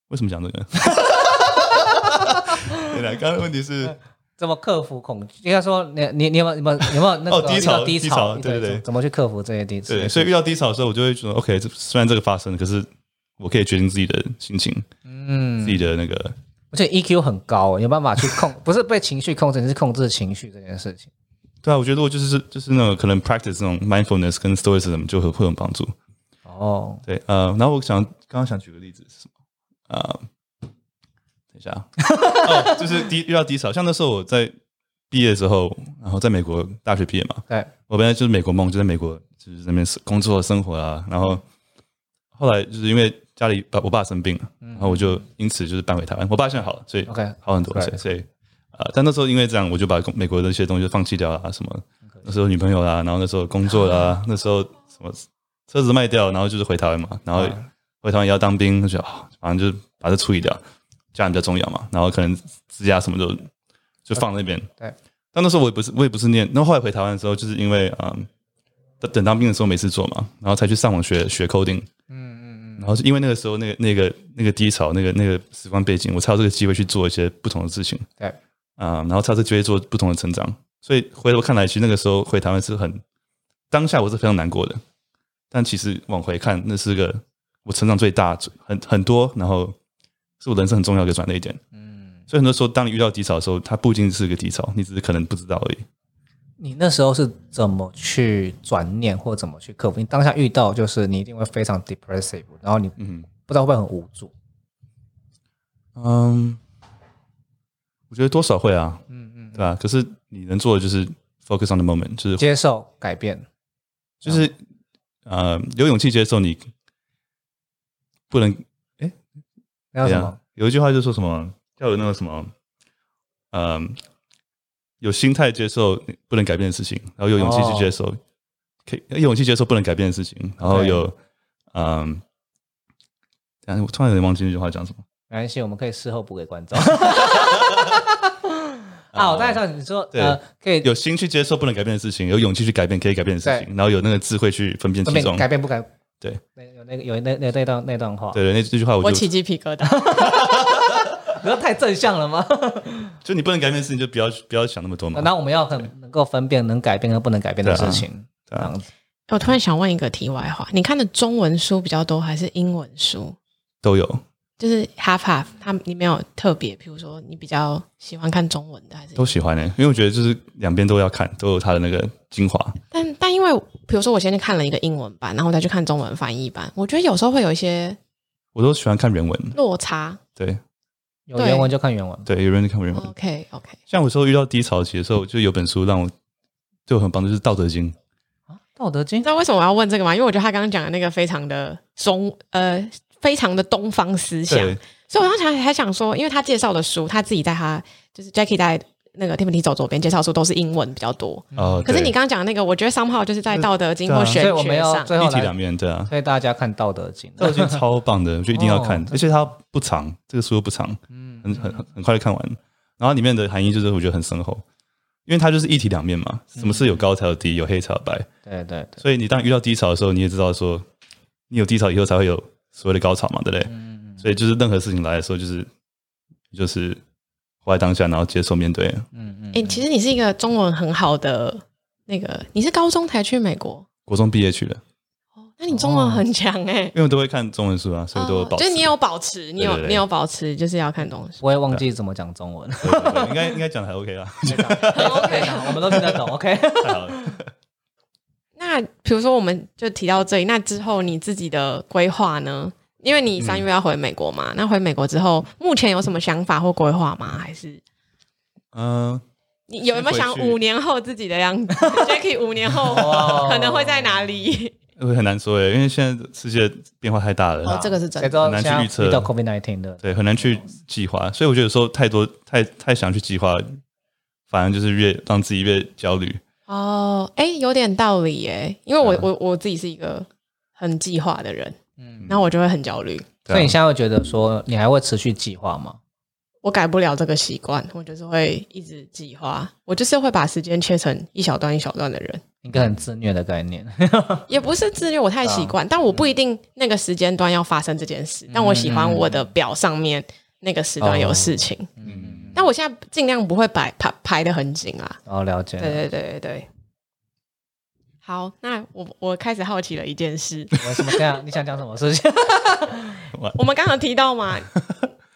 为什么讲这个？ *laughs* 对啦，刚刚的问题是，怎么克服恐惧？应该说你你你有没有你有没有你有没有那个哦低潮遇到低低潮怎对对对么怎么去克服这些低潮？对，所以遇到低潮的时候，我就会觉得，OK，这虽然这个发生了，可是我可以决定自己的心情，自嗯，己的那个而且 EQ 很高，有办法去控，不是被情绪控制，你是控制情绪这件事情。对啊，我觉得如果就是就是那种可能 practice 那种 mindfulness 跟 stoicism 就很会很帮助。哦，对，呃，然后我想刚刚想举个例子是什么？呃，等一下啊，哦，就是低遇到低潮，像那时候我在毕业的时候，然后在美国大学毕业嘛，对，我本来就是美国梦，就在美国就是那边工作生活啊，然后后来就是因为家里呃爸我爸生病了，然后我就因此就是搬回台湾。我爸现在好了，所以 OK，好很多，对所以所以呃，但那时候因为这样，我就把美国的一些东西就放弃掉了、啊什么那时候女朋友啦，然后那时候工作 *laughs* 啦，那时候什么车子卖掉，然后就是回台湾嘛，然后回台湾也要当兵，就觉得啊反正就把这处理掉，家人比较重要嘛，然后可能指甲什么都就放那边。对，但那时候我也不是我也不是念，那后来回台湾的时候，就是因为嗯。等等当兵的时候没事做嘛，然后才去上网学学 coding，嗯嗯然后是因为那个时候那个那个那个低潮，那个那个时光背景，我才有这个机会去做一些不同的事情。对啊、然后才有这机会做不同的成长。所以回头看来，其实那个时候回台湾是很当下我是非常难过的，但其实往回看，那是个我成长最大、最很很多，然后是我人生很重要的一个转捩点。嗯，所以很多时候，当你遇到低潮的时候，它不仅是个低潮，你只是可能不知道而已。你那时候是怎么去转念或怎么去克服？你当下遇到就是你一定会非常 depressive，然后你嗯不知道会不会很无助。嗯，我觉得多少会啊，嗯嗯，对吧、可是你能做的就是 focus on the moment，就是接受改变，就是呃，有勇气接受你不能那叫什怎么样？啊有一句话就说什么要有那个什么，嗯、有心态接受不能改变的事情，然后有勇气去接哦受，可以有勇气接受不能改变的事情，然后有嗯，等一下我突然有点忘记那句话讲什么。没关系，我们可以事后补给 *laughs* 观众。啊，我大概知道你说哦对呃，可以有心去接受不能改变的事情，有勇气去改变可以改变的事情，然后有那个智慧去分辨分其辨中。改变不改？对，那有那个有那那那段那段话，对对，那这句话我我起就鸡皮疙 *laughs* 瘩。不要太正向了吗？ *laughs* 就你不能改变的事情，就不要不要想那么多嘛。那我们要很能够分辨能改变跟不能改变的对啊事情，这对啊样子。我突然想问一个题外话，你看的中文书比较多还是英文书？都有就是 half half，他们你没有特别，比如说你比较喜欢看中文的还是？都喜欢呢、欸因为我觉得就是两边都要看，都有它的那个精华。但但因为比如说我先去看了一个英文版，然后再去看中文翻译版，我觉得有时候会有一些我都喜欢看原文，落差。对有对原文就看原文，对，有人看原文。 OK OK，像我有时候遇到低潮期的时候，就有本书让我对我很帮助，就是《道德经》。 《道德经你知》道为什么我要问这个吗？因为我觉得他刚刚讲的那个非常的中呃，非常的东方思想，对，所以我当时还想说，因为他介绍的书，他自己在他就是 Jackie 在那个 Timothy 走左边介绍的书都是英文比较多，哦，可是对你刚刚讲的那个，我觉得 somehow 就是在《道德经》对啊或所玄以我们学要上，最后一体两来面，对哦啊，推大家看《道德经《道》。德经》超棒的，就一定要看哦，而且它不长，这个书又不长，嗯很很很很快就看完。然后里面的含义就是我觉得很深厚，因为它就是一体两面嘛，什么是嗯有高才有低，有黑才有白，对对对，所以你当遇到低潮的时候，你也知道说，你有低潮以后才会有所谓的高潮嘛，对不对？嗯嗯所以就是任何事情来的时候，就是就是活在当下，然后接受面对。嗯嗯哎、其实你是一个中文很好的那个，你是高中才去美国，国中毕业去了，哦，那你中文很强哎、因为我都会看中文书啊，所以我都有哦保持。就是你有保持，你有对对对你有保持，就是要看东西。不会忘记怎么讲中 *laughs* 文。对对对应该应该讲的还 OK 啦， OK，我们都听得懂。OK，太好了。那比如说，我们就提到这里，那之后你自己的规划呢？因为你三月要回美国嗯嘛，那回美国之后，目前有什么想法或规划吗？还是嗯，你有没有想先回去五年后自己的样子？Jacky 五年 *laughs* 后哇可能会在哪里？我很难说诶，欸因为现在世界变化太大了，哦，这个是真谁知的。道很难现去在预测遇到 COVID 1 9的？对，很难去计划。所以我觉得有时候太多太太想去计划，反而就是越让自己越焦虑。哦，哎、有点道理耶，因为我、我我自己是一个很计划的人，嗯，然后我就会很焦虑，啊所以你现在会觉得说，你还会持续计划吗？我改不了这个习惯，我就是会一直计划，我就是会把时间切成一小段一小段的人，一个很自虐的概念。嗯 *laughs* 也不是自虐，我太习惯，但我不一定那个时间段要发生这件事，但我喜欢我的表上面那个时段有事情，嗯，但我现在尽量不会摆排排的很紧啊，哦，了解。对对对对对。好，那我我开始好奇了一件事，我什么？这样你想讲什么事情？我们刚刚提到嘛，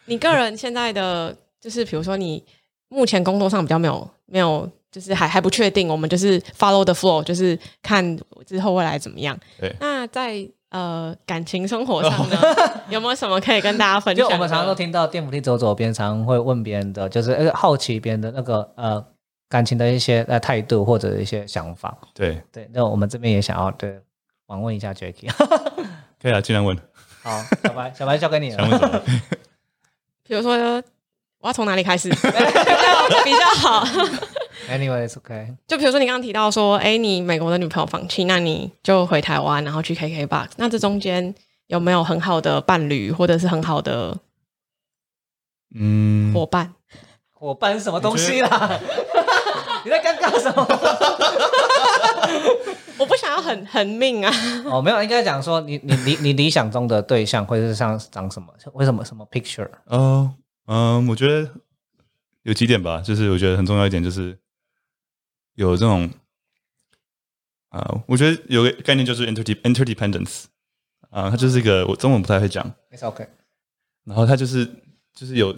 你个人现在的就是，比如说你目前工作上比较没有没有就是还还不确定，我们就是 follow the flow，就是看之后未来怎么样。对那在呃感情生活上呢， *laughs* 有没有什么可以跟大家分就 *laughs* 享 *laughs* 的？我们常常都听到电扶梯走走边，常常会问别人的，就是呃好奇别人的那个呃感情的一些呃态度或者一些想法。对，对，那我们这边也想要对访问一下 *laughs* Jacky。可以啊，尽量问，好，小白，小白交给你想问 *laughs* 了。什么？比如说，我要从哪里开始比较比较好？ Anyways，OK，、就比如说你刚刚提到说，哎，你美国的女朋友放弃，那你就回台湾，然后去 KKBOX，那这中间有没有很好的伴侣或者是很好的嗯，伙伴？伙伴是什么东西啦？ *laughs* 你在尴尬什么？我不想要很很命啊，哦，没有，应该讲说你你你你理想中的对象会是像长什么？为什么什么 picture？哦，嗯，我觉得有几点吧，就是我觉得很重要一点就是有这种啊、我觉得有个概念就是 interde interdependence 啊、它就是一个我中文不太会讲， It's OK。然后它就是就是有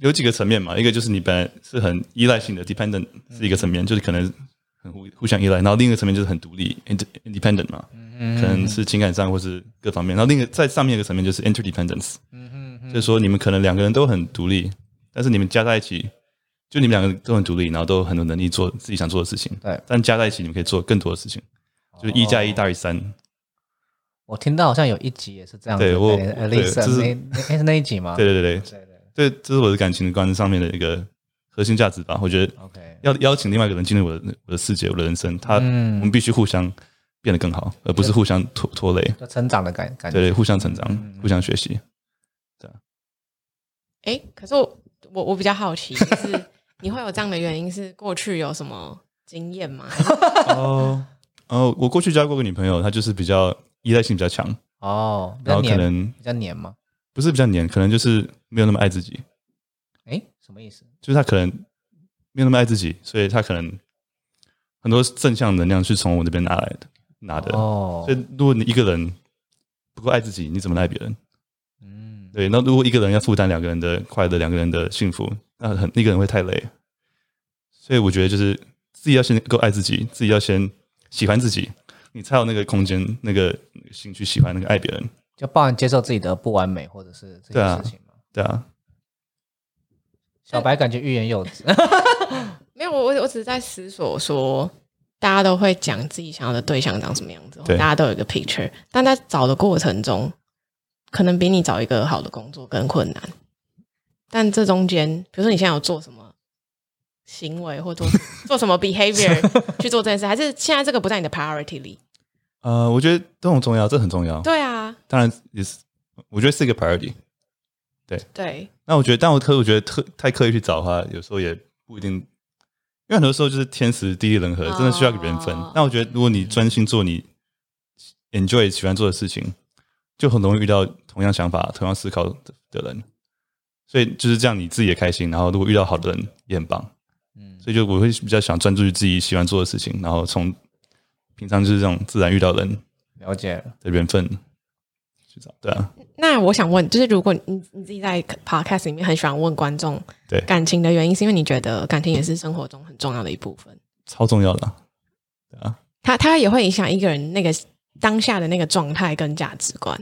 有几个层面嘛，一个就是你本来是很依赖性的 dependent 是一个层面，就是可能很互互相依赖，然后另一个层面就是很独立 ind- independent 嘛，嗯可能是情感上或是各方面，然后另一个在上面一个层面就是 interdependence。嗯就是说你们可能两个人都很独立，但是你们加在一起，就你们两个都很独立，然后都有很有能力做自己想做的事情。对哦但加在一起，你们可以做更多的事情，就是一加一大于三。我听到好像有一集也是这样子，对我呃对，Lisa，这是那那诶是那一集吗？对对对对对对，这这是我的感情观上面的一个核心价值吧。我觉得，OK，要邀请另外一个人进入我的我的世界，我的人生，他、嗯我们必须互相变得更好，而不是互相拖拖累。就成长的感感对觉。对，互相成长，嗯互相学习。哎，可是我我我比较好奇，就是 *laughs* 你会有这样的原因，是过去有什么经验 *laughs* 吗？还是哦 *laughs* 哦，我过去交过个女朋友，她就是比较依赖性比较强，哦，比较然后可黏，能比较黏吗？不是比较黏，可能就是没有那么爱自己。诶，什么意思？就是他可能没有那么爱自己，所以他可能很多正向能量是从我这边拿来的，拿的。哦所，以如果你一个人不够爱自己，你怎么爱别人？嗯，对，那如果一个人要负担两个人的快乐、两个人的幸福，那很一个人会太累。所以我觉得就是自己要先够爱自己，自己要先喜欢自己，你才有那个空间、那个那个心去喜欢、那个爱别人。就包含接受自己的不完美或者是这些对啊事情嘛。对啊，小白感觉欲言又止， *laughs* 没有，我我我只是在思索说，大家都会讲自己想要的对象长什么样子，对大家都有一个 picture，但在找的过程中，可能比你找一个好的工作更困难。但这中间，比如说你现在有做什么行为，或做做什么 behavior *laughs* 去做这件事，还是现在这个不在你的 priority 里？呃，我觉得都很重要，这很重要。对啊，当然也是，我觉得是一个 priority。对，那我觉得，但我可我觉得特太刻意去找的话，有时候也不一定，因为很多时候就是天时地利人和，哦真的需要个缘分。那我觉得，如果你专心做你 enjoy 喜欢做的事情，就很容易遇到同样想法、同样思考的的人。所以就是这样，你自己也开心，然后如果遇到好的人也很棒。嗯，所以就我会比较想专注于自己喜欢做的事情，然后从平常就是这种自然遇到人了解了。的缘分去找。对啊，那我想问，就是如果你你自己在 podcast 里面很喜欢问观众对感情的原因，是因为你觉得感情也是生活中很重要的一部分，超重要的啊、对啊。它它也会影响一个人那个当下的那个状态跟价值观，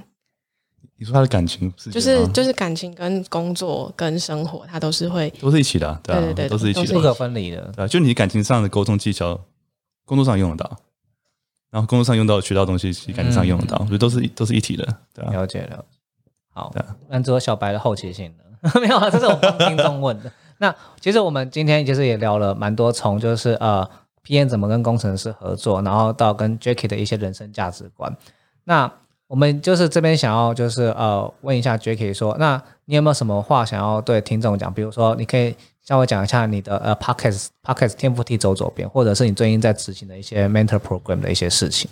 你说他的感情是就是嗯吗就是感情跟工作跟生活，它都是会都是一起的啊、对啊，对对对都是一都起是的不啊，可分离的。对啊，就你感情上的沟通技巧，工作上用得到，然后工作上用到学到的东西，其实感情上用得到，我觉得都是都是一体的，对啊，了解了解。好对啊，那只有小白的好奇心 *laughs* 了，没有啊，这是我帮听众问的。 *laughs* 那其实我们今天其实也聊了蛮多，从就是呃，PM 怎么跟工程师合作，然后到跟 Jacky 的一些人生价值观。那我们就是这边想要就是呃问一下 Jacky 说，那你有没有什么话想要对听众讲？比如说，你可以稍微讲一下你的呃 Pockets Pockets 天赋 T 走走边，或者是你最近在执行的一些 Mentor Program 的一些事情。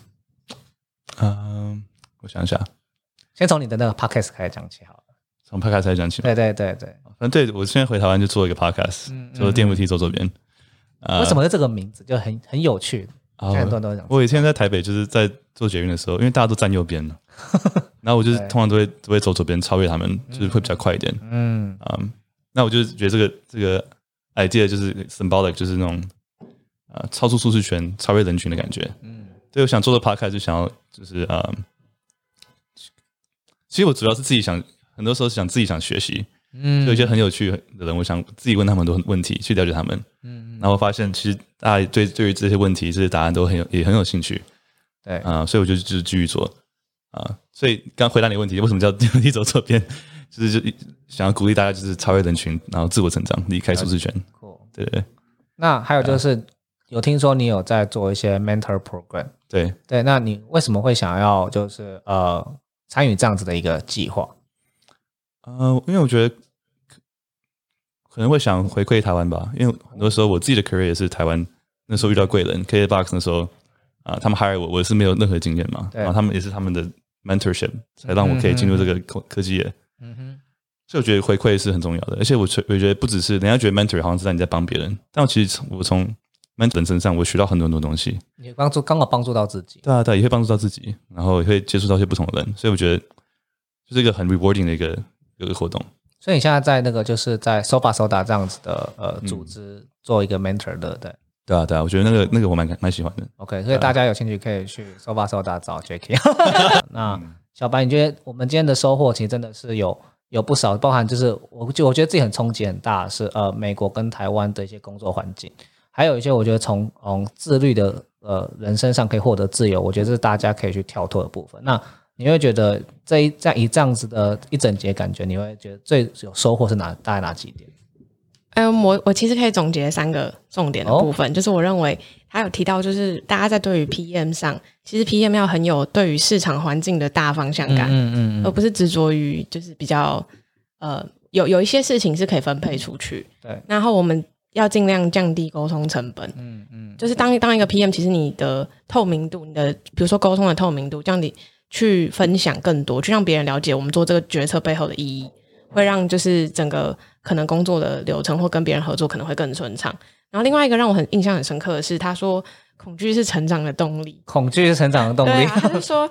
嗯，我想一下，先从你的那个 Pockets 开始讲起好了。从 podcast 来讲起嘛，对对对对。反正对我现在回台湾就做一个 podcast，、嗯嗯做电扶梯走左边，为什么是这个名字就很很有趣？啊现在很多人都会讲呃我以前在台北就是在做捷运的时候，因为大家都站右边了，然后我就是对通常都会都会走左边超越他们，就是会比较快一点，嗯啊嗯，那我就是觉得这个这个 idea 就是 symbolic，就是那种呃超出舒适圈、超越人群的感觉。嗯，对我想做的 podcast 就想要就是呃，其实我主要是自己想，很多时候是想自己想学习，嗯，有一些很有趣的人，我想自己问他们很多问题，去了解他们，嗯，然后发现其实大家对对于这些问题、这些答案都很有也很有兴趣，对，啊、所以我就就是继续做啊、所以刚回答你的问题，为什么叫 *laughs* 一走错边？就是就想要鼓励大家，就是超越人群，然后自我成长，离开舒适圈。酷对对那还有呃就是，有听说你有在做一些 mentor program，对，对，那你为什么会想要就是呃参与这样子的一个计划？呃，因为我觉得可能会想回馈台湾吧，因为很多时候我自己的 career 也是台湾那时候遇到贵人，KBox 那时候啊、他们 hire 我，我是没有任何经验嘛，对然后他们也是他们的 mentorship 才让我可以进入这个科科技业，嗯哼，所以我觉得回馈是很重要的，而且我觉我觉得不只是人家觉得 mentor 好像是在你在帮别人，但我其实从我从 mentor 本身上我学到很多很多东西，你帮助刚好帮助到自己，对啊，对啊，也会帮助到自己，然后也会接触到一些不同的人，所以我觉得就是一个很 rewarding 的一个一个活动。所以你现在在那个就是在 Sofa Soda 这样子的嗯呃组织做一个 mentor 的，对对啊，对啊，我觉得那个那个我蛮蛮喜欢的。 ，OK，所以大家有兴趣可以去 Sofa Soda 找 Jacky。那小白，你觉得我们今天的收获其实真的是有有不少，包含就是我就我觉得自己很冲击很大的是呃美国跟台湾的一些工作环境，还有一些我觉得从嗯自律的呃人身上可以获得自由，我觉得这是大家可以去跳脱的部分。那你会觉得这一这样以这样子的一整节感觉，你会觉得最有收获是哪大概哪几点？哎、我我其实可以总结三个重点的哦部分，就是我认为他有提到，就是大家在对于 PM 上，其实 PM 要很有对于市场环境的大方向感，嗯嗯而不是执着于就是比较呃有有一些事情是可以分配出去，对，然后我们要尽量降低沟通成本，嗯嗯就是当当一个 PM，其实你的透明度，你的比如说沟通的透明度，这样你去分享更多，去让别人了解我们做这个决策背后的意义，会让就是整个可能工作的流程或跟别人合作可能会更顺畅。然后另外一个让我很印象很深刻的是，他说恐惧是成长的动力。恐惧是成长的动对 *laughs* 力。啊，他就说，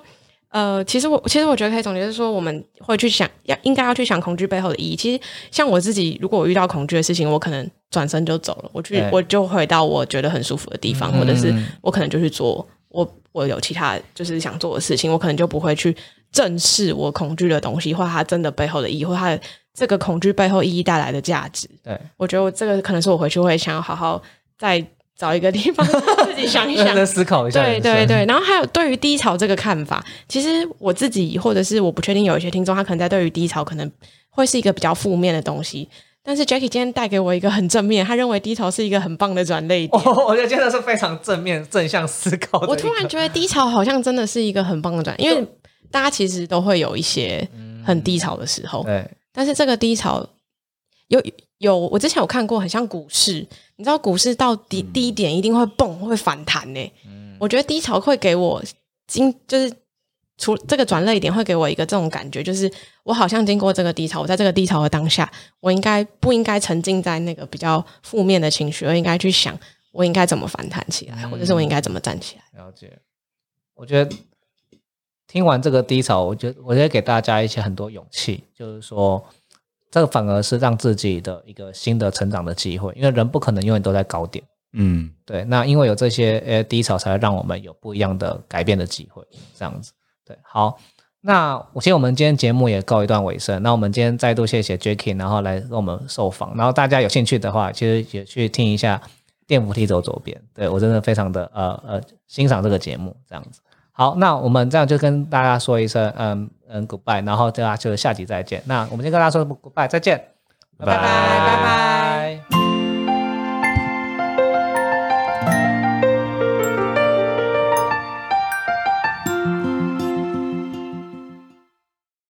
呃，其实我其实我觉得可以总结是说，我们会去想，要应该要去想恐惧背后的意义。其实像我自己，如果我遇到恐惧的事情，我可能转身就走了，我去对嗯我就回到我觉得很舒服的地方，或者是我可能就去做我我有其他就是想做的事情，我可能就不会去正视我恐惧的东西，或它真的背后的意义，或它的这个恐惧背后意义带来的价值。对，我觉得我这个可能是我回去会想要好好再找一个 *laughs* 地方自己想一认想真。思考一下对人生。对对，然后还有对于低潮这个看法，其实我自己或者是我不确定有一些听众，他可能在对于低潮可能会是一个比较负面的东西，但是 Jackie 今天带给我一个很正面，他认为低潮是一个很棒的转类 *laughs* 点。哦，我觉得真的是非常正面、正向思考的一个。我突然觉得低潮好像真的是一个很棒的转，因为大家其实都会有一些很低潮的时候，嗯对，但是这个低潮有有，我之前有看过，很像股市，你知道股市到低、嗯低点一定会蹦，会反弹呢、我觉得低潮会给我经就是。除这个转泪点会给我一个这种感觉，就是我好像经过这个低潮，我在这个低潮的当下，我应该不应该沉浸在那个比较负面的情绪，而应该去想我应该怎么反弹起来，或者是我应该怎么站起来。了解。我觉得听完这个低潮，我觉得我觉得给大家一些很多勇气，就是说，这个反而是让自己的一个新的成长的机会，因为人不可能永远都在高点。嗯，对，那因为有这些呃低潮，才会让我们有不一样的改变的机会，这样子。对，好，那我其实我们今天节目也告一段尾声，那我们今天再度谢谢 Jacky，然后来跟我们受访，然后大家有兴趣的话，其实也去听一下电扶梯走左边，对我真的非常的呃呃欣赏这个节目，这样子。好，那我们这样就跟大家说一声，嗯嗯，goodbye，然后大家就下集再见。那我们先跟大家说 goodbye，再见，拜拜